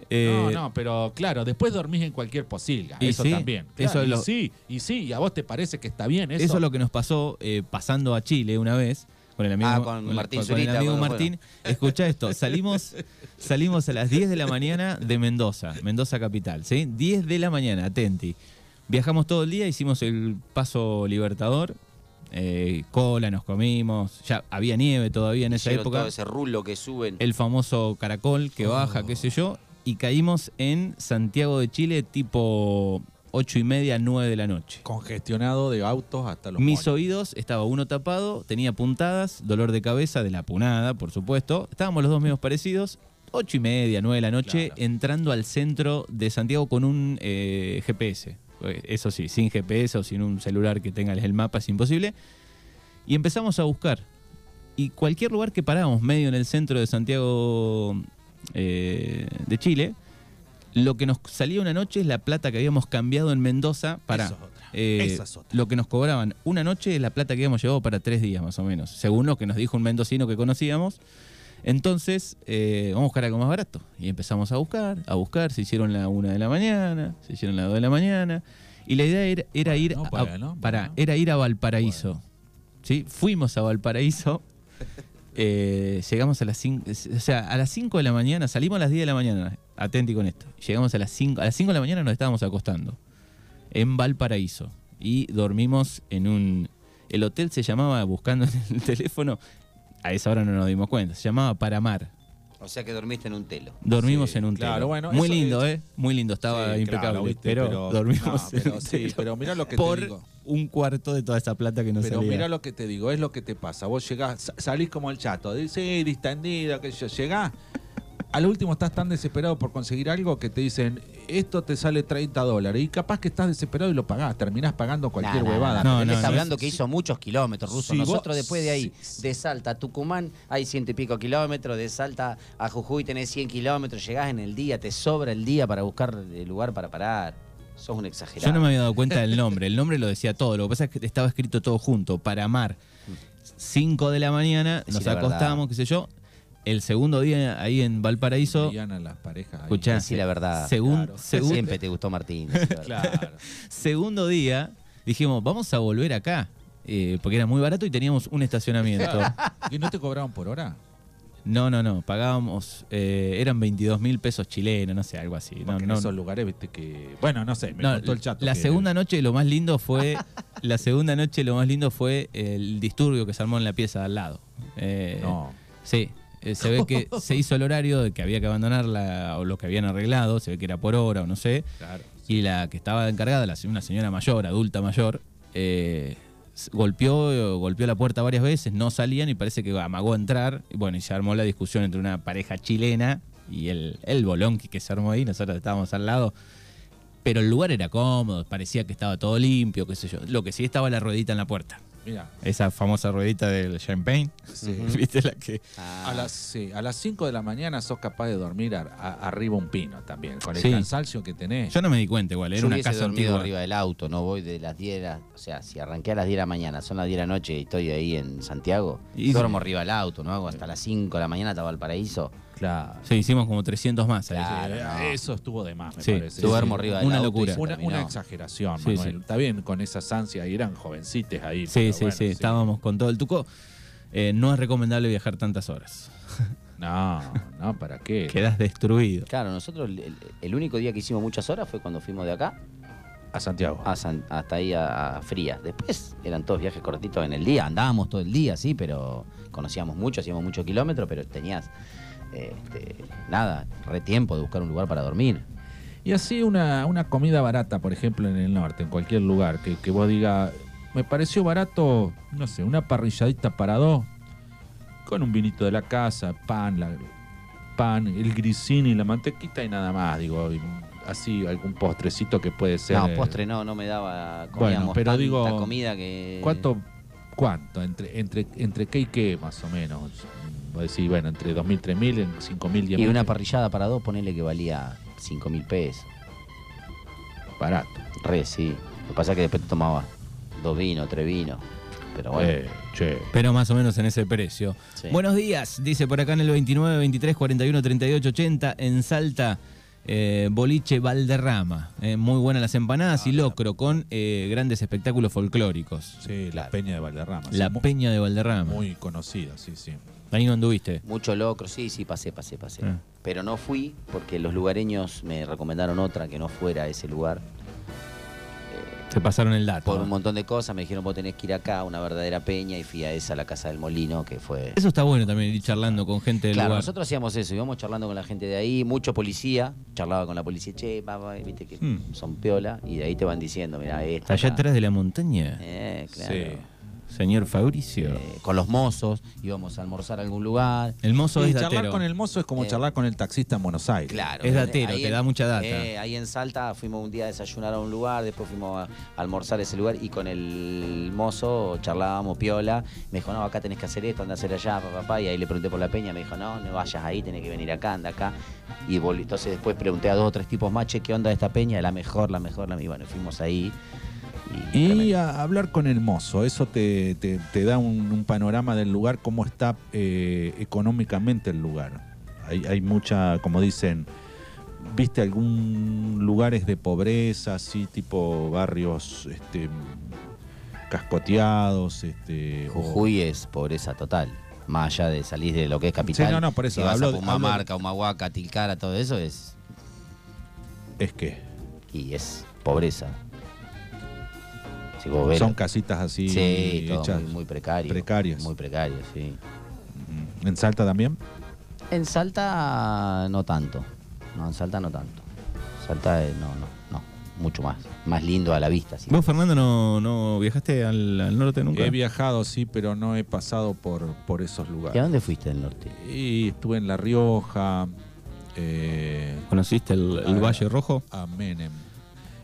S1: Eh,
S2: no, no, pero claro, después dormís en cualquier posilga.
S1: Y
S2: Eso
S1: sí,
S2: también.
S1: eso
S2: Claro,
S1: es
S2: y
S1: lo-
S2: sí, y sí, y a vos te parece que está bien eso.
S1: Eso. es lo que nos pasó eh, pasando a Chile una vez con el amigo
S3: Ah, con Martín
S1: con el
S3: Zurita,
S1: amigo
S3: cuando
S1: Martín. Escucha esto, salimos salimos a las 10 de la mañana de Mendoza, Mendoza capital, ¿sí? 10 de la mañana, atenti. Viajamos todo el día, hicimos el paso Libertador, eh, cola, nos comimos, ya había nieve todavía en esa
S3: Hicieron
S1: época
S3: Todo ese Oh. rulo que suben.
S1: el famoso caracol que baja, qué sé yo, y caímos en Santiago de Chile tipo ocho y media, 9 de la noche.
S2: Congestionado de autos hasta los
S1: Mis
S2: moños.
S1: oídos, estaba uno tapado, tenía puntadas, dolor de cabeza, de la punada, por supuesto. Estábamos los dos medios parecidos, ocho y media, nueve de la noche,
S2: Claro.
S1: entrando al centro de Santiago con un eh, GPS. Eh, Eso sí, sin GPS o sin un celular que tenga el mapa es imposible. Y empezamos a buscar. Y cualquier lugar que parábamos, medio en el centro de Santiago eh, de Chile, lo que nos salía una noche es la plata que habíamos cambiado en Mendoza para... eh,
S2: Esa es otra. Esa es otra.
S1: Lo que nos cobraban una noche es la plata que habíamos llevado para tres días más o menos, según lo que nos dijo un mendocino que conocíamos. Entonces, eh, vamos a buscar algo más barato. Y empezamos a buscar, a buscar. Se hicieron la una de la mañana, se hicieron la dos de la mañana. Y la idea era, era ir
S2: Bueno,
S1: a,
S2: bueno,
S1: pará,
S2: bueno.
S1: era ir a Valparaíso. ¿sí? Fuimos a Valparaíso. Eh, llegamos a las 5, o sea, a las 5 de la mañana, salimos a las 10 de la mañana, atenti con esto. Llegamos a las 5, a las 5 de la mañana nos estábamos acostando en Valparaíso y dormimos en un el hotel se llamaba buscando en el teléfono, a esa hora no nos dimos cuenta, se llamaba Paramar.
S3: O sea que dormiste en un telo.
S1: Dormimos
S2: Sí,
S1: en un hotel.
S2: claro, bueno,
S1: Muy
S2: eso
S1: lindo,
S2: es-
S1: ¿eh? Muy lindo, estaba
S2: Sí,
S1: impecable,
S2: claro, viste,
S1: pero, dormimos
S2: no,
S1: en
S2: pero
S1: un
S2: sí,
S1: telo
S2: pero mirá lo que te
S1: por
S2: digo.
S1: un cuarto de toda esa plata que nos
S2: Pero
S1: salía.
S2: mira lo que te digo, es lo que te pasa. Vos llegás, sa- salís como el chato, dice, sí, distendido, que yo, llegás. Al último estás tan desesperado por conseguir algo que te dicen, esto te sale 30 dólares. Y capaz que estás desesperado y lo pagás, terminás pagando cualquier
S3: Nah, nah,
S2: huevada.
S3: nah,
S1: No,
S3: pero él
S1: no,
S3: está
S1: no.
S3: hablando que hizo muchos kilómetros, ruso.
S2: Sí,
S3: Nosotros
S2: vos-
S3: después de ahí,
S2: sí,
S3: de Salta a Tucumán, hay ciento y pico kilómetros. De Salta a Jujuy tenés 100 kilómetros. Llegás en el día, te sobra el día para buscar el lugar para parar. Sos un exagerado.
S1: Yo no me había dado cuenta del nombre. El nombre lo decía todo. Lo que pasa es que estaba escrito todo junto. Para amar. 5 de la mañana,
S3: Decí
S1: nos
S3: la verdad.
S1: acostamos, qué sé yo. El segundo día ahí en Valparaíso.
S2: Veían a las parejas. ahí.
S1: Escuchá.
S3: Decí la verdad.
S1: Según,
S2: Claro.
S1: según-
S3: Siempre te gustó Martín. decí la verdad.
S2: Claro.
S1: segundo día, dijimos, vamos a volver acá, eh, porque era muy barato y teníamos un estacionamiento.
S2: ¿Y no te cobraron por hora?
S1: No, no, no, pagábamos, eh, eran 22 mil pesos chilenos, no sé, algo así. No,
S2: Porque en
S1: no,
S2: esos lugares, viste que. Bueno, no sé, me
S1: no,
S2: contó el chato.
S1: La
S2: que-
S1: segunda noche lo más lindo fue, la segunda noche lo más lindo fue el disturbio que se armó en la pieza de al lado. Eh,
S2: No.
S1: Sí, eh, se ve que se hizo el horario de que había que abandonar la- o lo que habían arreglado, se ve que era por hora o no sé.
S2: Claro.
S1: Y la que estaba encargada, la se- una señora mayor, adulta mayor, eh, s- golpeó, golpeó la puerta varias veces, no salían y parece que amagó a entrar. Y bueno, y se armó la discusión entre una pareja chilena y el, el bolón que- que se armó ahí, nosotros estábamos al lado. Pero el lugar era cómodo, parecía que estaba todo limpio, qué sé yo. Lo que sí estaba la ruedita en la puerta.
S2: Mira.
S1: Esa famosa ruedita del champagne. ¿Viste la que?
S3: Ah.
S2: A las, sí, a las 5 de la mañana sos capaz de dormir a- a- arriba un pino también, con el
S1: Sí.
S2: cansancio que tenés.
S1: Yo no me di cuenta igual, era
S3: Yo
S1: una
S3: hubiese
S1: casa
S3: dormido
S1: antigua.
S3: arriba del auto, no voy de las 10 de la- O sea, si arranqué a las 10 de la mañana, son las 10 de la noche y estoy ahí en Santiago,
S1: Y-
S3: duermo arriba del auto, no hago hasta las 5 de la mañana hasta Valparaíso.
S2: claro.
S1: Sí, hicimos como 300 más. ahí.
S3: Claro,
S2: Eh,
S3: no.
S2: Eso estuvo de más, me
S1: Sí,
S2: parece.
S3: duermo arriba del
S1: Una
S3: auto. y
S1: locura.
S3: se
S2: Una,
S3: terminó.
S2: una exageración,
S1: Sí,
S2: Manuel.
S1: sí.
S2: Está bien con esas ansias, y eran jovencites ahí.
S1: Sí,
S2: pero
S1: sí,
S2: bueno,
S1: sí, Estábamos con todo el tuco. Eh, no es recomendable viajar tantas horas.
S2: No, no, ¿para qué?
S1: Quedas destruido.
S3: Claro, nosotros el, el- el único día que hicimos muchas horas fue cuando fuimos de acá
S2: A Santiago.
S3: a San- hasta ahí a, a Frías. Después eran todos viajes cortitos en el día, andábamos todo el día, sí, pero conocíamos mucho, hacíamos muchos kilómetros, pero tenías eh, este, nada, re tiempo de buscar un lugar para dormir.
S2: Y así una, una comida barata, por ejemplo, en el norte, en cualquier lugar, que, que vos diga, me pareció barato, no sé, una parrilladita para dos, con un vinito de la casa, pan, la- pan, el grisini, la mantequita y nada más, digo, y así algún postrecito que puede ser.
S3: No,
S2: eh,
S3: postre no, no me daba.
S2: Bueno,
S3: Comíamos
S2: pero
S3: tanta
S2: digo,
S3: comida que.
S2: ¿Cuánto? ¿Cuánto? Entre, entre, entre qué y qué, más o menos. Vos decís, bueno, entre 2.000, 3.000, en 5.000, 10.000.
S3: Y una parrillada para dos, ponele que valía 5 mil pesos.
S2: Barato.
S3: Re, sí. Lo que pasa es que después te tomaba dos vinos, tres vinos. Pero bueno.
S2: Eh, che.
S1: Pero más o menos en ese precio.
S3: Sí.
S1: Buenos días, dice por acá en el 29, 23, 41, 38, 80, en Salta, eh, Boliche Valderrama. Eh, muy buenas las empanadas
S3: Ah,
S1: y locro con eh, grandes espectáculos folclóricos.
S2: Sí, la Peña de Valderrama.
S1: La Peña de Valderrama.
S2: Muy conocida, sí, sí.
S1: Ahí no anduviste.
S3: Mucho locro, sí, sí, pasé, pasé, pasé.
S1: Ah.
S3: Pero no fui porque los lugareños me recomendaron otra que no fuera a ese lugar.
S1: Se pasaron el dato.
S3: Por un montón de cosas me dijeron, vos tenés que ir acá, una verdadera peña, y fui a esa, a la Casa del Molino, que fue...
S1: Eso está bueno también, ir charlando con gente del
S3: Claro,
S1: lugar.
S3: nosotros hacíamos eso, íbamos charlando con la gente de ahí, mucho policía, charlaba con la policía, che, papá, viste que
S1: Hmm.
S3: son piola, y de ahí te van diciendo, mira, esta.
S1: Allá
S3: acá".
S1: atrás de la montaña,
S3: Eh, claro.
S2: Sí.
S1: señor Fabricio.
S3: Eh, con los mozos, íbamos a almorzar a algún lugar.
S1: El mozo
S2: Y
S1: es
S2: charlar
S1: datero.
S2: con el mozo es como
S3: Eh.
S2: charlar con el taxista en Buenos Aires.
S3: Claro. eh,
S1: Es datero,
S3: Ahí
S1: te
S3: en-
S1: da mucha data.
S3: eh, ahí en Salta fuimos un día a desayunar a un lugar, después fuimos a almorzar a ese lugar y con el mozo charlábamos piola. Me dijo, no, acá tenés que hacer esto, anda a hacer allá, papá, papá. Y ahí le pregunté por la peña, me dijo, no, no vayas ahí, tenés que venir acá, anda acá. Y volví- entonces después pregunté a dos o tres tipos más, che, ¿qué onda esta peña? La mejor, la mejor, la mejor. Y bueno, fuimos ahí. Y,
S2: Y
S3: tremendo.
S2: a- hablar con el mozo, eso te, te- te da un, un panorama del lugar, cómo está eh, económicamente el lugar. Hay, hay mucha, como dicen, viste algún lugares de pobreza, así tipo barrios este, cascoteados, este, o-
S3: Jujuy es pobreza total. Más allá de salir de lo que es capital.
S2: Sí, no, no, por eso,
S3: Si vas
S2: hablo
S3: a
S2: de-
S3: Pumamarca, Humahuaca, Tilcara, todo eso es
S2: es que
S3: y es pobreza. Si vos ves,
S2: son casitas así
S3: sí, todo
S2: hechas.
S3: muy, muy precario.
S2: precarias.
S3: Muy precario, sí.
S2: Mm. ¿En Salta también?
S3: En Salta no tanto. No, en Salta no tanto. Salta eh, no, no, no. Mucho más. Más lindo a la vista, sí.
S1: ¿Vos, Fernando, no, no viajaste al, al norte nunca?
S2: He viajado, sí, pero no he pasado por, por esos
S3: ¿Y a
S2: lugares.
S3: dónde fuiste del norte?
S2: Y estuve en La Rioja, eh,
S1: ¿Conociste el, el
S2: Ah.
S1: Valle Rojo?
S2: a Menem,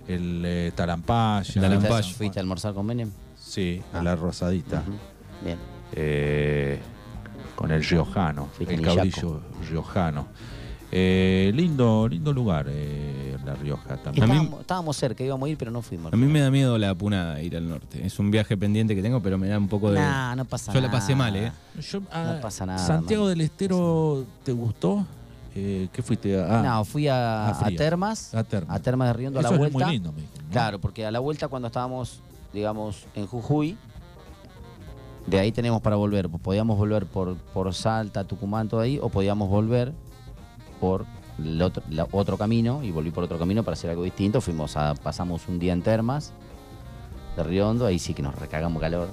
S2: el eh, Tarampaya,
S1: El Tarampaya.
S3: ¿Fuiste, fuiste a almorzar con Menem?
S2: sí, a
S3: Ah.
S2: La Rosadita,
S3: Ujú, Bien.
S2: eh, con el riojano,
S3: Fuiste
S2: el
S3: en Illacu.
S2: caudillo riojano. Eh, lindo, lindo lugar, eh, La Rioja también.
S3: Estábamos, estábamos cerca, íbamos a ir, pero no fuimos.
S1: A mí me da miedo la punada ir al norte. Es un viaje pendiente que tengo, pero me da un poco de.
S3: Nah, no pasa
S1: Yo la
S3: nada.
S1: pasé mal, ¿eh?
S2: Yo, ah,
S3: No pasa nada,
S2: ¿Santiago
S3: man.
S2: del Estero te gustó? Eh, ¿Qué fuiste? Ah,
S3: No, fui a,
S2: A
S3: a
S2: Frías.
S3: Termas.
S2: A Termas.
S3: de Riendo a la
S2: Eso es
S3: vuelta.
S2: muy lindo, me dijo, ¿no?
S3: Claro, porque a la vuelta cuando estábamos digamos, en Jujuy. De ahí tenemos para volver. Podíamos volver por, por Salta, Tucumán, todo ahí, o podíamos volver por el otro, la- otro camino y volví por otro camino para hacer algo distinto. Fuimos a, pasamos un día en Termas de Riondo, ahí sí que nos recagamos calor.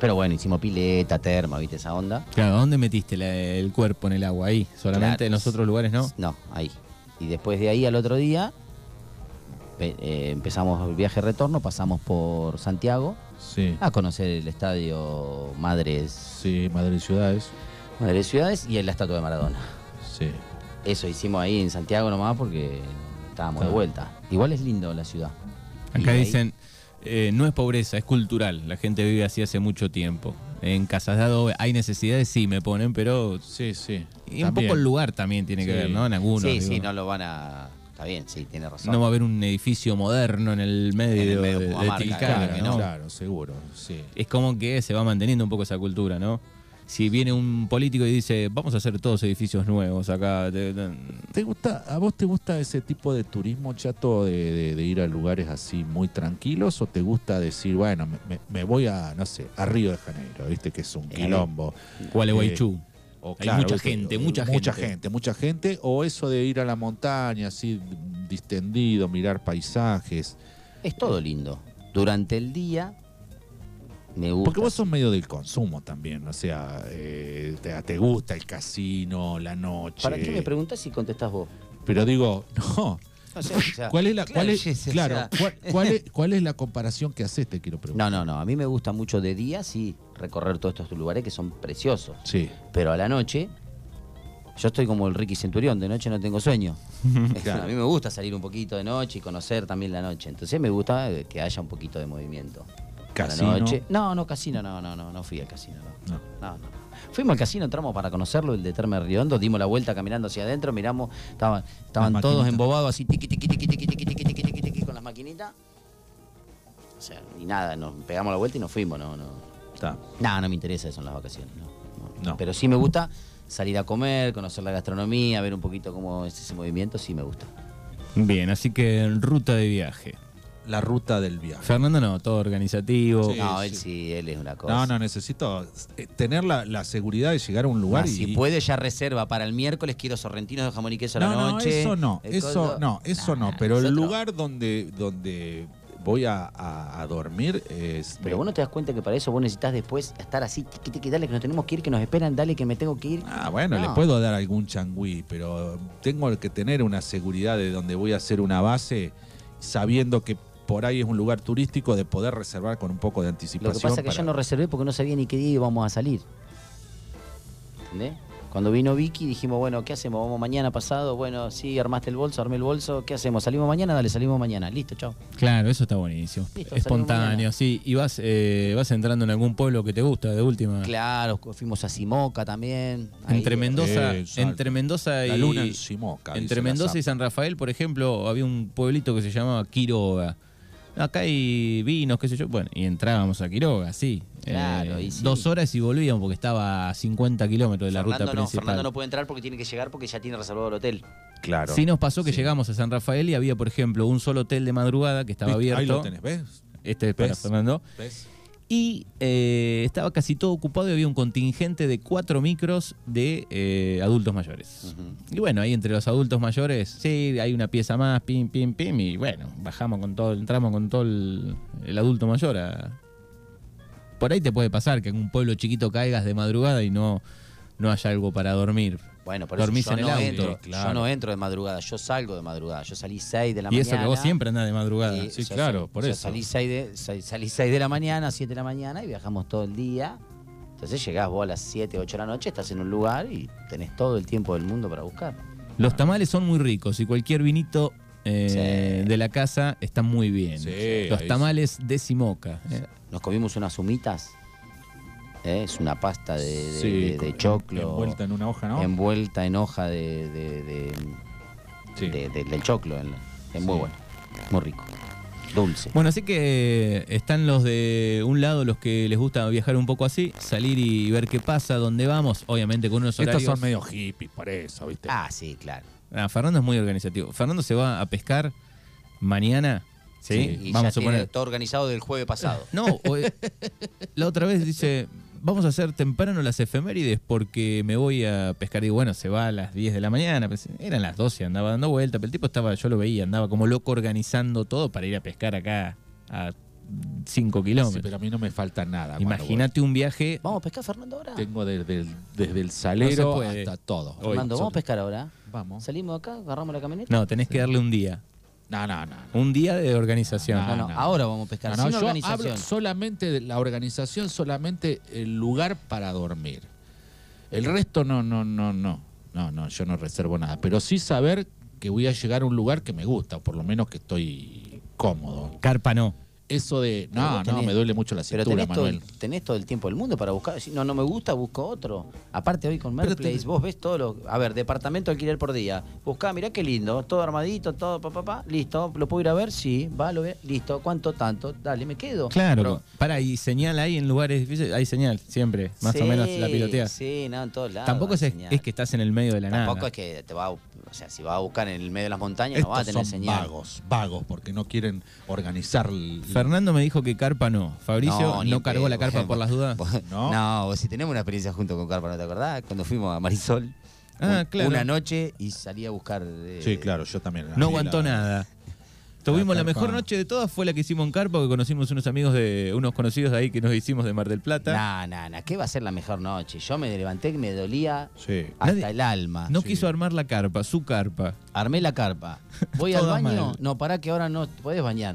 S3: Pero bueno, hicimos pileta, terma, ¿viste esa onda?
S1: Claro, ¿a dónde metiste la- el cuerpo en el agua? Ahí, solamente
S3: Claro.
S1: en los otros lugares, ¿no?
S3: No, ahí. Y después de ahí al otro día pe- eh, empezamos el viaje retorno, pasamos por Santiago
S2: Sí,
S3: a conocer el estadio Madres,
S2: sí, Madrid Ciudades.
S3: Madres Ciudades y la estatua de Maradona.
S2: Sí.
S3: Eso hicimos ahí en Santiago nomás porque estábamos de
S2: Claro.
S3: vuelta. Igual es lindo la ciudad. Y
S1: Acá
S3: ahí-
S1: dicen, eh, no es pobreza, es cultural. La gente vive así hace mucho tiempo. En casas de adobe hay necesidades, sí, me ponen, pero...
S2: Sí, sí.
S1: Y un poco el lugar también tiene que
S2: Sí.
S1: ver, ¿no? En algunos.
S3: Sí,
S1: digo.
S3: sí, no lo van a. Está bien, sí, tiene razón.
S1: No va a haber un edificio moderno en el medio,
S3: En el medio
S1: de,
S3: como
S1: de
S3: Amarca,
S1: Tilcara,
S2: Claro,
S1: ¿no?
S2: claro, seguro. Sí.
S1: Es como que se va manteniendo un poco esa cultura, ¿no? Si viene un político y dice, vamos a hacer todos edificios nuevos acá... de- de-
S2: ¿Te gusta, ¿A vos te gusta ese tipo de turismo, chato, de, de- de ir a lugares así muy tranquilos? ¿O te gusta decir, bueno, me, me- me voy a, no sé, a Río de Janeiro, viste que es un
S3: Eh,
S2: quilombo?
S1: Gualeguaychú.
S2: O,
S1: hay mucha gente, mucha
S2: Mucha
S1: gente.
S2: gente, mucha gente. O eso de ir a la montaña, así distendido, mirar paisajes.
S3: Es todo lindo. Durante el día me gusta.
S2: Porque vos sos medio del consumo también, o sea, eh, te, te gusta el casino, la noche.
S3: ¿Para qué me preguntas si contestás vos?
S2: Pero digo, no.
S3: No sé, o sea,
S2: ¿Cuál es la, cuál es,
S3: yes, o sea.
S2: claro, cuál, cuál es, cuál es la comparación que haces? Te quiero preguntar.
S3: No, no, no. A mí me gusta mucho de día, sí, recorrer todos estos lugares que son preciosos.
S2: Sí,
S3: Pero a la noche, yo estoy como el Ricky Centurión, de noche no tengo sueño.
S2: Claro.
S3: A mí me gusta salir un poquito de noche y conocer también la noche. Entonces me gusta eh, que haya un poquito de movimiento. A la
S2: casino.
S3: noche- No, no, casino, no, no, no, no fui al casino, no.
S2: No.
S3: No, no. Fuimos al casino, entramos para conocerlo, el de Terme Riondo, dimos la vuelta caminando hacia adentro, miramos, estaban, estaban
S2: Las
S3: todos
S2: maquinitas.
S3: embobados así, tiqui, tiqui, tiqui, tiqui, tiqui, tiqui, tiqui, tiqui, tiqui, con las maquinitas. O sea, y nada, nos pegamos la vuelta y nos fuimos, no, no.
S2: Está.
S3: Nada, no me interesa eso en las vacaciones, no, no.
S2: No.
S3: Pero sí me gusta salir a comer, conocer la gastronomía, ver un poquito cómo es ese movimiento, sí me gusta.
S1: Bien, así que en ruta de viaje.
S2: La ruta del viaje.
S1: Fernando no, todo organizativo.
S2: Sí,
S3: no, él
S2: Oh. sí.
S3: sí, él es una cosa.
S2: No, no, necesito eh, tener la, la seguridad de llegar a un lugar
S3: Ah,
S2: y.
S3: si puede, ya reserva para el miércoles. Quiero sorrentinos de jamón y queso a la
S2: no, no,
S3: noche.
S2: eso no,
S3: Eh,
S2: eso
S3: coso-
S2: no, eso
S3: Nah,
S2: no. Pero el
S3: nosotros-
S2: lugar donde, donde voy a, a- a dormir es.
S3: Pero vos no te das cuenta que para eso vos necesitas después estar así, tiqui, tiqui, dale, que nos tenemos que ir, que nos esperan, dale, que me tengo que ir.
S2: Ah, bueno, le
S3: No.
S2: puedo dar algún changüí, pero tengo que tener una seguridad de donde voy a hacer una base, sabiendo que por ahí es un lugar turístico, de poder reservar con un poco de anticipación.
S3: Lo que pasa es que yo
S2: para-
S3: no reservé porque no sabía ni qué día íbamos a salir. ¿Entendés? Cuando vino Vicky dijimos, bueno, ¿qué hacemos? ¿Vamos mañana pasado? Bueno, sí, armaste el bolso, armé el bolso, ¿qué hacemos? ¿Salimos mañana? Dale, salimos mañana. Listo, chao.
S1: Claro, eso está buenísimo.
S3: Listo, salimos
S1: Espontáneo,
S3: mañana.
S1: sí. Y vas, eh, vas entrando en algún pueblo que te gusta, de última.
S3: Claro, fuimos a Simoca también. Ahí-
S1: Entre Mendoza,
S2: Eh, Salta.
S1: entre Mendoza y
S2: La luna en Simoca. dice
S1: entre
S2: la
S1: Mendoza y
S2: zapa.
S1: San Rafael, por ejemplo, había un pueblito que se llamaba Quiroga. Acá hay vinos, qué sé yo. Bueno, y entrábamos a Quiroga, sí. Eh,
S3: Claro, y sí.
S1: Dos horas y volvíamos porque estaba a 50 kilómetros de la
S3: eh,
S1: ruta
S3: Fernando no,
S1: principal.
S3: Fernando no puede entrar porque tiene que llegar porque ya tiene reservado el hotel.
S2: Claro.
S1: Sí nos pasó que
S2: Sí.
S1: llegamos a San Rafael y había, por ejemplo, un solo hotel de madrugada que estaba
S2: Ahí
S1: abierto.
S2: lo tenés, ¿ves?
S1: Este es para
S2: ¿Ves?
S1: Fernando.
S2: ¿Ves?
S1: Y eh, estaba casi todo ocupado y había un contingente de cuatro micros de eh, adultos mayores. Y bueno, ahí entre los adultos mayores, sí, hay una pieza más, pim, pim, pim, y bueno, bajamos con todo, entramos con todo el, el adulto mayor. a- Por ahí te puede pasar que en un pueblo chiquito caigas de madrugada y no, no haya algo para dormir.
S3: Bueno, por
S1: Dormís
S3: eso yo
S1: en el
S3: no
S1: auto,
S3: entro. Yo
S2: claro.
S3: no entro de madrugada, yo salgo de madrugada. Yo salí 6 de la
S1: y
S3: mañana.
S1: eso que vos siempre andás de madrugada.
S3: y
S2: sí,
S3: yo
S2: claro,
S3: sal-
S2: por
S3: yo
S2: eso.
S3: Salí 6 de, sal- salí seis de la mañana, 7 de la mañana y viajamos todo el día. Entonces llegás vos a las 7, 8 de la noche, estás en un lugar y tenés todo el tiempo del mundo para buscar.
S1: Los tamales son muy ricos y cualquier vinito eh,
S3: Sí.
S1: de la casa está muy bien.
S2: Sí, ahí
S1: Los
S2: sí.
S1: tamales de Simoca. eh.
S3: Nos comimos unas humitas. ¿eh? Es una pasta de, de-
S2: Sí,
S3: de- de
S2: con- en-
S3: choclo.
S2: Envuelta en una hoja, ¿no?
S3: envuelta en hoja de, de- de-
S2: Sí.
S3: de- de- del choclo. en la- Es muy
S2: Sí.
S3: bueno, muy rico, dulce.
S1: Bueno, así que eh, están los de un lado, los que les gusta viajar un poco así, salir y ver qué pasa, dónde vamos, obviamente con unos horarios.
S2: Estos son medio hippies, por eso, ¿viste?
S3: Ah, sí, claro.
S1: Ah, Fernando es muy organizativo. Fernando se va a pescar mañana ¿Sí?
S3: Y
S1: Vamos
S3: ya
S1: a
S3: tiene
S1: suponer.
S3: todo organizado del jueves pasado.
S1: No, o, eh, la otra vez dice, vamos a hacer temprano las efemérides porque me voy a pescar. Digo, bueno, se va a las 10 de la mañana. pues, eran las 12, andaba dando vuelta. Pero el tipo estaba, yo lo veía, andaba como loco organizando todo para ir a pescar acá a
S3: Ah,
S1: 5
S2: Sí,
S1: kilómetros.
S2: pero a mí no me falta nada. cuando
S1: Imagínate un viaje.
S3: Vamos a pescar, Fernando, ahora.
S2: voy. Tengo desde el, desde el salero
S1: puede.
S2: hasta todo.
S1: Hoy,
S3: Fernando, vamos a
S1: solo.
S3: pescar ahora.
S2: Vamos.
S3: Salimos acá, agarramos la camioneta.
S1: No, tenés que darle un día.
S2: No, no, no. no.
S1: Un día de organización.
S2: Ah,
S3: No, no,
S2: no.
S3: ahora vamos a
S2: No,
S3: pescar,
S2: no,
S3: sin
S2: yo
S3: organización.
S2: hablo solamente de la organización, solamente el lugar para dormir. El resto no, no, no, no. No, no, yo no reservo nada. Pero sí saber que voy a llegar a un lugar que me gusta, o por lo menos que estoy cómodo.
S1: Carpa no.
S2: Eso de,
S3: Pero
S2: no,
S3: vos
S2: no,
S3: tenés-
S2: me duele mucho la
S3: Pero
S2: cintura,
S3: tenés todo,
S2: Manuel.
S3: el, tenés todo el tiempo del mundo para buscar. Si no, no me gusta, busco otro. Aparte hoy con Merplace, vos ves todos los... A ver, departamento de alquiler por día. Buscá, mirá qué lindo. Todo armadito, todo papá, pa, pa, listo. ¿Lo puedo ir a ver? Sí. Va, lo ve. Listo. ¿Cuánto tanto? Dale, me quedo.
S1: Claro,
S3: Pero-
S1: para y señal ahí en lugares difíciles, hay señal siempre, más
S3: Sí,
S1: o menos la pilotea.
S3: Sí, no, en todos lados.
S1: Tampoco es,
S3: hay señal.
S1: es que estás en el medio de la nada.
S3: Tampoco es que te va a... O sea, si va a buscar en el medio de las montañas, no va a
S2: Estos
S3: tener
S2: son
S3: señal.
S2: vagos, vagos, porque no quieren organizar. el-
S1: Fernando me dijo que carpa no. Fabricio no,
S3: ni en
S1: cargó
S3: pedo.
S1: la carpa por las dudas.
S3: Vos-
S2: No.
S3: No, vos si tenemos una experiencia junto con Carpa, ¿no te acordás? Cuando fuimos a Marisol.
S1: Ah,
S3: un-
S1: claro.
S3: Una noche y salí a buscar. eh,
S2: Sí, claro, yo también.
S1: No
S2: A mí
S1: aguantó
S2: la-
S1: nada. Tuvimos la
S2: carpa-
S1: mejor noche de todas, fue la que hicimos en carpa, que conocimos unos amigos de, unos conocidos de ahí que nos hicimos de Mar del Plata.
S3: Nah, nah, nah. ¿Qué va a ser la mejor noche? Yo me levanté y me dolía
S2: Sí.
S3: hasta
S1: Nadie-
S3: el alma.
S1: no
S2: sí.
S1: quiso armar la carpa, su carpa.
S3: Armé la carpa. Voy al
S1: Toda
S3: baño.
S1: mal.
S3: No, pará que ahora no te podés bañar.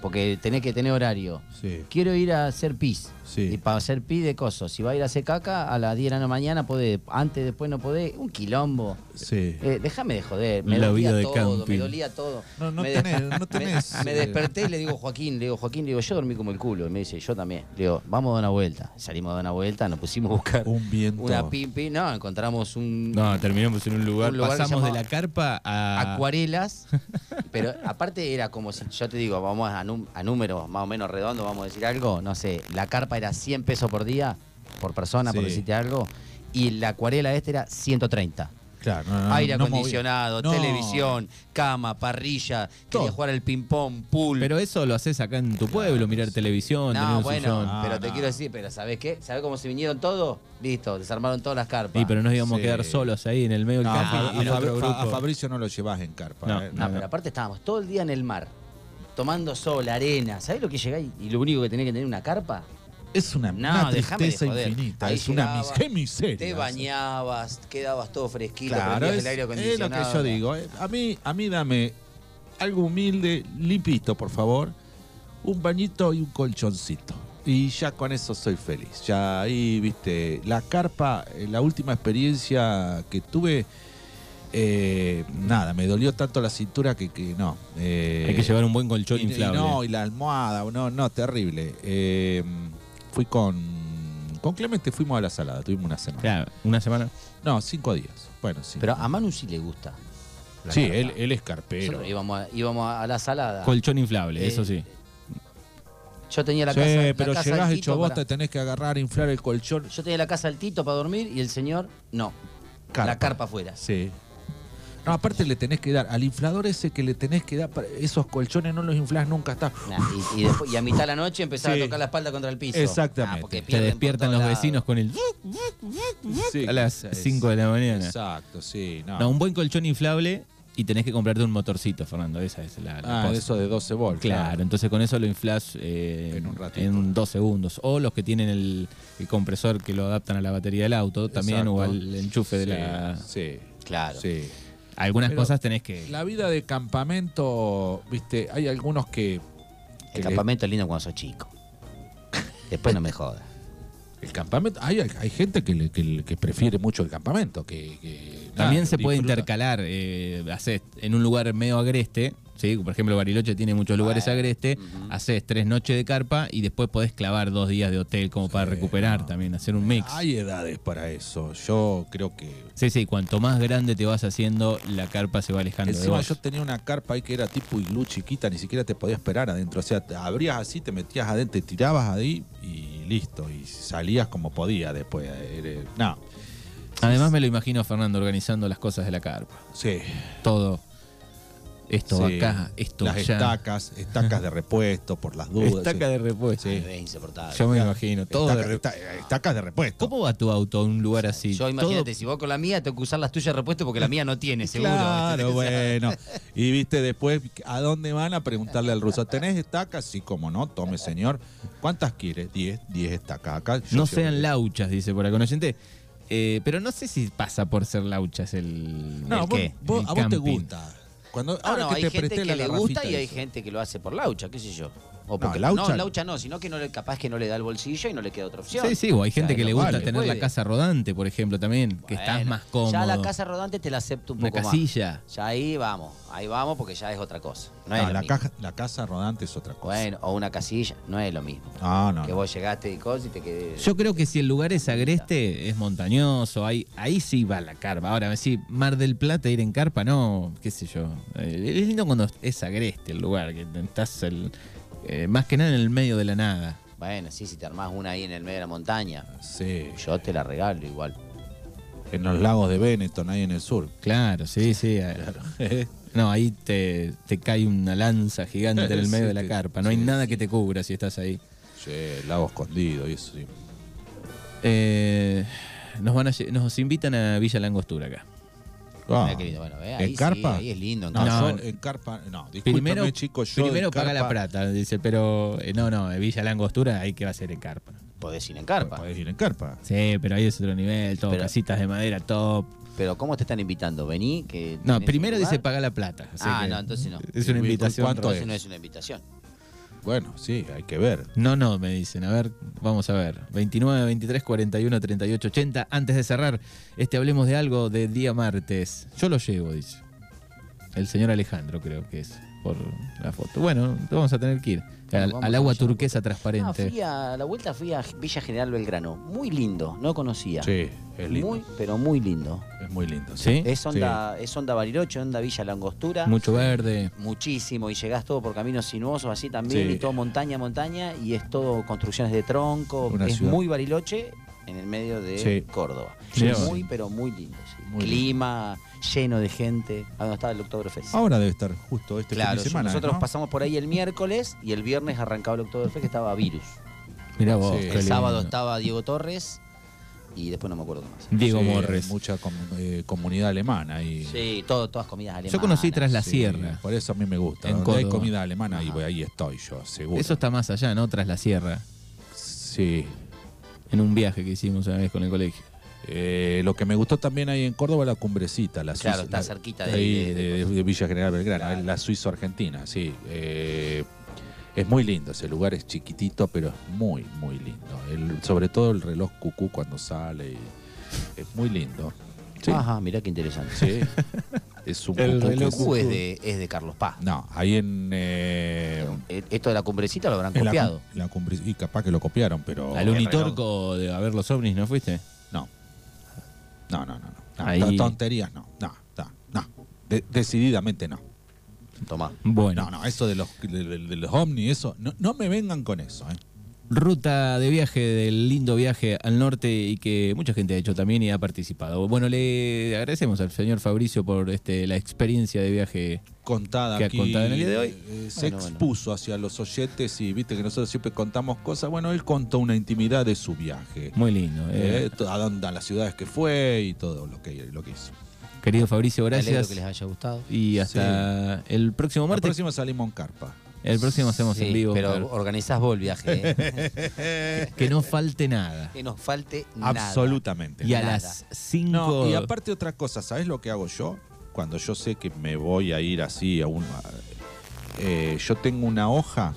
S3: Porque tenés que tener horario.
S2: Sí.
S3: Quiero ir a hacer pis.
S2: Sí.
S3: Y para hacer pis de coso. Si va a ir a hacer caca, a las 10 de la mañana podés. Antes, después no podés. Un quilombo.
S2: Sí.
S3: Eh, déjame de joder, me
S1: La
S3: dolía
S1: vida de
S3: todo,
S1: camping.
S3: me dolía todo.
S2: No, no
S3: me de-
S2: tenés, no tenés,
S3: Me, me
S2: eh.
S3: desperté y le digo, Joaquín, le digo, Joaquín, le digo, yo dormí como el culo. Y me dice, yo también. Le digo, vamos a dar una vuelta. Salimos a dar una vuelta, nos pusimos a buscar
S2: Un viento.
S3: una pimpi. No, encontramos un
S1: No, ah. terminamos en un lugar,
S3: Un lugar que
S1: pasamos
S3: se
S1: de
S3: llama
S1: la carpa a...
S3: acuarelas. pero aparte era como si, yo te digo, vamos a, num- a números más o menos redondos, vamos a decir algo. No sé, la carpa era 100 pesos por día, por persona, por
S2: Sí.
S3: decirte algo. Y la acuarela este era 130.
S2: Claro, no, no,
S3: Aire
S2: Ah, no
S3: acondicionado,
S2: moví. No.
S3: televisión, cama, parrilla,
S2: Todo.
S3: quería jugar al ping-pong, pool.
S1: Pero eso lo haces acá en tu pueblo, mirar televisión, tener
S3: no,
S1: un
S3: bueno,
S1: sillón.
S2: Ah,
S3: pero te
S2: no.
S3: quiero decir, pero ¿sabés qué? ¿Sabés cómo se vinieron todos? Listo, desarmaron todas las carpas.
S1: Y pero nos íbamos
S2: Sí.
S1: a quedar solos ahí en el medio del
S2: No, a,
S1: campo
S2: Fa-
S1: y el
S2: a Fabri-
S1: otro
S2: Fa- a
S1: grupo.
S2: Fabricio no lo llevas en carpa.
S1: No,
S2: eh.
S3: No,
S1: no,
S3: pero aparte estábamos todo el día en el mar, tomando sol, arena. ¿Sabés lo que llegáis? Y lo único que tenés que tener una carpa.
S2: Es una,
S3: No,
S2: una
S3: dejame de
S2: tristeza
S3: joder.
S2: infinita.
S3: Ahí
S2: es una mis
S3: llegaba,
S2: qué miseria.
S3: Te bañabas, quedabas todo fresquito,
S2: Claro,
S3: prendías
S2: es,
S3: el aire
S2: es lo
S3: acondicionado.
S2: que yo digo. eh. A mí, a mí dame algo humilde, limpito, por favor. Un bañito y un colchoncito. Y ya con eso soy feliz. Ya ahí, viste, la carpa, eh, la última experiencia que tuve, eh, nada, me dolió tanto la cintura que, que no. eh,
S1: Hay que llevar un buen colchón
S2: y- y
S1: inflable.
S2: no, y la almohada, no, no, terrible. Eh, fui con. Con Clemente fuimos a la salada, tuvimos una semana.
S1: Claro, una semana.
S2: No, cinco días. Bueno, sí.
S3: Pero a Manu sí le gusta. la
S2: sí,
S3: carpa.
S2: él, él es
S3: Nosotros
S2: carpero.
S3: íbamos, a, íbamos a la salada.
S1: Colchón inflable,
S3: Eh,
S1: eso sí.
S3: Yo tenía la
S2: sí,
S3: casa. la
S2: pero
S3: casa
S2: llegás
S3: del
S2: hecho
S3: Tito,
S2: vos,
S3: pará.
S2: te tenés que agarrar, inflar el colchón.
S3: Yo tenía la casa al Tito para dormir y el señor, no.
S2: Carpa.
S3: La carpa afuera.
S2: Sí. No, aparte le tenés que dar, al inflador ese que le tenés que dar, para- esos colchones no los inflás nunca, está.
S3: Nah, y, y después- y a mitad de la noche empezaba
S2: Sí.
S3: a tocar la espalda contra el piso.
S2: Exactamente.
S3: Nah, porque
S1: Te
S3: pierden por
S1: despiertan
S3: todos
S1: los
S3: lados.
S1: vecinos con el...
S2: Sí,
S1: a las
S2: es-
S1: 5 de la mañana.
S2: Exacto, sí. No,
S1: No, un buen colchón inflable y tenés que comprarte un motorcito, Fernando. Esa es la, la
S2: ah,
S1: cosa.
S2: de eso de 12 volts.
S1: Claro, entonces con eso lo inflas eh,
S2: En un ratito.
S1: en dos segundos. O los que tienen el, el compresor que lo adaptan a la batería del auto también
S2: Exacto.
S1: o al enchufe de
S2: Sí,
S1: la...
S2: Sí.
S3: Claro.
S2: Sí.
S1: Algunas
S2: Pero
S1: cosas tenés que...
S2: La vida de campamento, viste, hay algunos que. que
S3: El
S2: le-
S3: campamento es lindo cuando sos chico. Después no me jodas.
S2: El campamento, hay, hay gente que, le- que le- que prefiere mucho el campamento. Que, que,
S1: También
S2: nada,
S1: se puede
S2: Ah, disfruta.
S1: intercalar, eh, hacés en un lugar medio agreste, ¿sí? por ejemplo Bariloche tiene muchos lugares
S3: Bueno,
S1: agreste,
S3: ujú.
S1: haces tres noches de carpa y después podés clavar dos días de hotel como para recuperar también, hacer un mix.
S2: Hay edades para eso. Yo creo que.
S1: Sí, sí, cuanto más grande te vas haciendo, la carpa se va alejando de
S2: Encima
S1: vos.
S2: yo tenía una carpa ahí que era tipo iglú chiquita, ni siquiera te podías esperar adentro. O sea, te abrías así, te metías adentro, te tirabas ahí y listo. Y salías como podía después. Era- No,
S1: Además me lo imagino a Fernando organizando las cosas de la carpa.
S2: sí.
S1: Todo. Esto
S2: Sí.
S1: acá, esto
S2: Las
S1: allá.
S2: estacas, estacas de repuesto por las dudas.
S1: Estaca
S2: sí.
S1: de repuesto.
S2: Sí.
S3: Es insoportable.
S1: Yo me imagino, todo de
S2: Estaca-
S1: repuesto.
S2: esta- estacas de repuesto.
S1: ¿Cómo va tu auto a un lugar así?
S3: Yo imagínate, si vos con la mía tengo que usar las tuyas de repuesto porque la mía no tiene, seguro.
S2: Claro, bueno. Y viste, después, ¿a dónde van a preguntarle al ruso? ¿Tenés estacas? Sí, como no, tome señor. ¿Cuántas quieres? 10, 10 estacas acá.
S1: Todo-
S2: Yo
S1: no
S2: siempre-
S1: sean lauchas, dice por acá un oyente. Eh, pero no sé si pasa por ser lauchas el,
S2: No,
S1: el
S2: vos-
S1: qué,
S2: vos-
S1: el
S2: a vos te
S1: camping.
S2: gusta. Cuando,
S3: No,
S2: ahora
S3: Ah, no,
S2: que
S3: hay
S2: te
S3: gente
S2: presté
S3: que
S2: la
S3: le
S2: garrafita
S3: gusta y
S2: eso.
S3: hay gente que lo hace por laucha, qué sé yo. O porque
S2: laucha-
S3: no, laucha no, sino que no le, capaz que no le da el bolsillo y no le queda otra opción.
S1: Sí, sí, o hay gente
S3: Claro,
S1: que le gusta
S2: vale,
S1: tener la
S3: puede.
S1: casa rodante, por ejemplo, también, que estás
S3: Bueno,
S1: más cómodo.
S3: Ya la casa rodante te la acepto un
S1: una
S3: poco
S1: casilla.
S3: más. Ya ahí vamos, ahí vamos porque ya es otra cosa. No
S2: No,
S3: es lo
S2: la,
S3: mismo.
S2: caja- la casa rodante es otra cosa.
S3: Bueno, o una casilla, no es lo mismo.
S2: Ah, no.
S3: que
S2: no.
S3: vos llegaste y cosas y te quedé.
S1: Yo creo que si el lugar es agreste, es montañoso, ahí, ahí sí va la carpa. Ahora, si Mar del Plata ir en carpa, no, qué sé yo. Eh, Es lindo cuando es agreste el lugar, que estás el- eh, más que nada en el medio de la nada.
S3: Bueno, sí, si te armás una ahí en el medio de la montaña,
S2: Sí,
S3: yo te la regalo igual.
S2: en los lagos de Benetton, ahí en el sur.
S1: Claro, sí, sí. eh, No, ahí te, te cae una lanza gigante en el
S2: Sí,
S1: medio de la
S2: te-
S1: carpa. No hay
S2: sí.
S1: nada que te cubra si estás ahí.
S2: Sí, el lago escondido, y eso sí.
S1: Eh, nos, van a lle- nos invitan a Villa Langostura acá.
S2: Ah.
S3: Mirá qué lindo, bueno, ve, ahí
S2: ¿En
S3: sí,
S2: carpa?
S3: ahí es lindo, en
S2: No,
S3: carpa.
S2: yo en carpa, no, discúlpame,
S1: Primero,
S2: chico, yo
S1: primero
S2: en
S1: paga la
S2: carpa-
S1: plata, dice, pero eh, no, no, eh, Villa Langostura ahí que va a ser en carpa.
S3: Podés ir en carpa.
S2: Podés ir en carpa.
S1: Sí, pero ahí es otro nivel, todo,
S3: Pero-
S1: casitas de madera top.
S3: Pero ¿cómo te están invitando? Vení, que.
S1: pues. No,
S3: tenés un
S1: primero dice Pues.
S3: lugar.
S1: paga la plata. así
S3: Ah,
S1: que
S3: no, entonces no.
S1: Es una
S2: ¿Y
S1: invitación.
S2: cuánto
S1: rosa.
S3: Entonces no es una invitación.
S2: Bueno, sí, hay que ver.
S1: No, no, me dicen. A ver, vamos a ver. 29, 23, 41, 38, 80. Antes de cerrar, este hablemos de algo de día martes. Yo lo llevo, dice. El señor Alejandro, creo que es, por la foto. Bueno, vamos a tener que ir. Al,
S3: Vamos
S1: al
S3: a
S1: agua
S3: Villa
S1: turquesa
S3: Ah,
S1: transparente.
S3: fui a la vuelta, fui a Villa General Belgrano. Muy lindo, no conocía.
S2: Sí, es lindo.
S3: Muy, pero muy lindo.
S2: Es muy lindo.
S1: ¿Sí?
S3: Es onda, es onda Bariloche, onda Villa Langostura.
S1: Mucho verde.
S3: Muchísimo, y llegás todo por caminos sinuosos así también,
S2: Sí.
S3: y todo montaña, montaña, y es todo construcciones de tronco.
S2: Una
S3: es
S2: ciudad.
S3: muy Bariloche en el medio de
S2: Sí.
S3: Córdoba.
S1: Sí,
S3: muy,
S1: sí.
S3: pero muy lindo. sí.
S2: Muy
S3: Clima lleno de gente. Ah, donde estaba el Oktoberfest.
S2: Ahora debe estar justo este fin
S3: claro,
S2: este de semana.
S3: nosotros
S2: ¿no?
S3: pasamos por ahí el miércoles y el viernes arrancaba el Oktoberfest que estaba Virus.
S1: Mirá vos.
S2: Sí.
S1: qué
S2: El
S3: El
S1: lindo.
S3: sábado estaba Diego Torres y después no me acuerdo más.
S1: Diego
S2: Sí,
S1: Morres.
S2: hay Mucha com- eh, comunidad alemana. Y,
S3: Sí, todo, todas comidas alemanas.
S1: Yo conocí tras la
S2: Sí,
S1: sierra.
S2: Por eso a mí me gusta.
S1: En
S2: Donde hay
S1: Córdoba.
S2: comida alemana, ahí,
S3: Ajá.
S2: voy, ahí estoy yo, seguro.
S1: Eso está más allá, ¿no? Tras la sierra.
S2: Sí.
S1: En un viaje que hicimos una vez con el colegio.
S2: Eh, lo que me gustó también ahí en Córdoba, la cumbrecita. La
S3: Claro,
S2: Suiza-
S3: está
S2: la-
S3: cerquita de-
S2: ahí,
S3: de-
S2: de- de Villa General Belgrano, la suizo-argentina, sí. Eh, es muy lindo ese lugar, es chiquitito, pero es muy, muy lindo. El- sobre todo el reloj cucú cuando sale. y- es muy lindo. Sí,
S3: Ajá, mirá qué interesante.
S2: sí. Es un
S1: Ah. El
S2: cucú
S1: reloj
S2: que-
S3: Cucú es de, es de Carlos Paz.
S2: No, ahí en... eh,
S3: Eh, Esto de la cumbrecita lo habrán
S2: en la cum-
S3: copiado.
S2: en la cumbre- y capaz que lo copiaron, pero...
S1: Al Unitorco de a ver los ovnis, ¿no fuiste?
S2: No. No, no, no. no. no.
S1: Ahí-
S2: Ton- Tonterías no. No, no, no. De- decididamente no.
S3: Tomá.
S1: Bueno.
S2: No, no, eso de los, de, de- de los ovnis, eso. No, no me vengan con eso, ¿eh?
S1: Ruta de viaje, del lindo viaje al norte y que mucha gente ha hecho también y ha participado. Bueno, le agradecemos al señor Fabricio por este, la experiencia de viaje.
S2: Contada
S1: Que ha
S2: aquí.
S1: contado en el día de hoy.
S2: eh, se
S3: Bueno, bueno.
S2: expuso hacia los oyetes y viste que nosotros siempre contamos cosas. Bueno, él contó una intimidad de su viaje.
S1: Muy lindo. eh.
S2: Eh, to- a dónde, a las ciudades que fue y todo lo que, lo que hizo.
S1: Querido Fabricio,
S3: Me alegro
S1: gracias.
S3: que les haya gustado.
S1: Y hasta el próximo
S2: La
S1: martes.
S2: próxima salimos en carpa.
S1: El próximo hacemos
S3: Sí,
S1: en vivo.
S3: Pero
S1: claro.
S3: organizás vos el viaje. ¿eh?
S1: Que no falte nada.
S3: que nos falte nada.
S2: Absolutamente.
S1: Y a
S3: Nada.
S1: las 5.
S2: No, y aparte otra cosa, ¿sabes lo que hago yo? Cuando yo sé que me voy a ir así a un... eh, yo tengo una hoja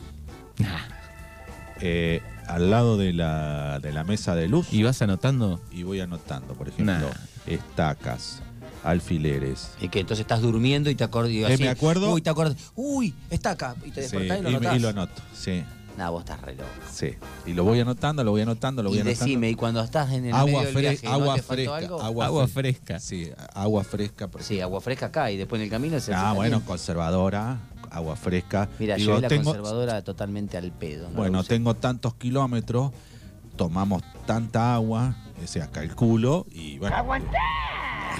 S2: eh, al lado de la, de la mesa de luz
S1: ¿Y
S2: y,
S1: vas anotando?
S2: voy anotando, por ejemplo, estacas, alfileres.
S3: Y que entonces estás durmiendo y te acordas.
S2: Eh, me acuerdo.
S3: Uy, te acuerdas. Uy, está acá. Y te
S2: Sí,
S3: despertás y lo
S2: y,
S3: notás.
S2: y lo anoto, sí,
S3: Nah, vos estás re loco.
S2: sí. Y lo voy anotando, lo voy anotando, lo voy
S3: Y
S2: anotando.
S3: decime, y cuando estás en el
S2: agua,
S3: medio del
S2: fre-
S3: viaje, ¿no
S2: agua
S3: te faltó
S2: fresca,
S3: algo?
S2: agua,
S1: Agua
S2: fresca.
S1: fresca.
S2: Sí, agua fresca, por
S3: Sí, agua fresca acá y después en el camino se
S2: Ah,
S3: hace
S2: bueno,
S3: caliente.
S2: conservadora, agua fresca.
S3: Mira,
S2: Digo,
S3: llevé la
S2: tengo-
S3: conservadora totalmente al pedo. no la
S2: Bueno,
S3: usé.
S2: tengo tantos kilómetros, tomamos tanta agua, o sea, calculo y bueno.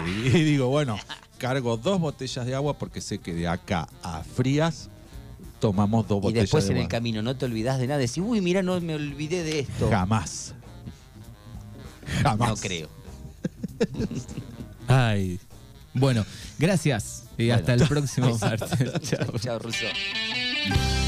S2: Y, digo, bueno, cargo dos botellas de agua porque sé que de acá a frías tomamos dos
S3: Y
S2: botellas
S3: después
S2: de
S3: en el
S2: agua.
S3: camino no te olvidás de nada. Decís, uy, mira, no me olvidé de esto.
S2: Jamás. Jamás.
S3: no creo.
S1: Ay. Bueno, gracias. Y
S3: Bueno.
S1: hasta el próximo martes. Chao.
S3: Chao, Russo.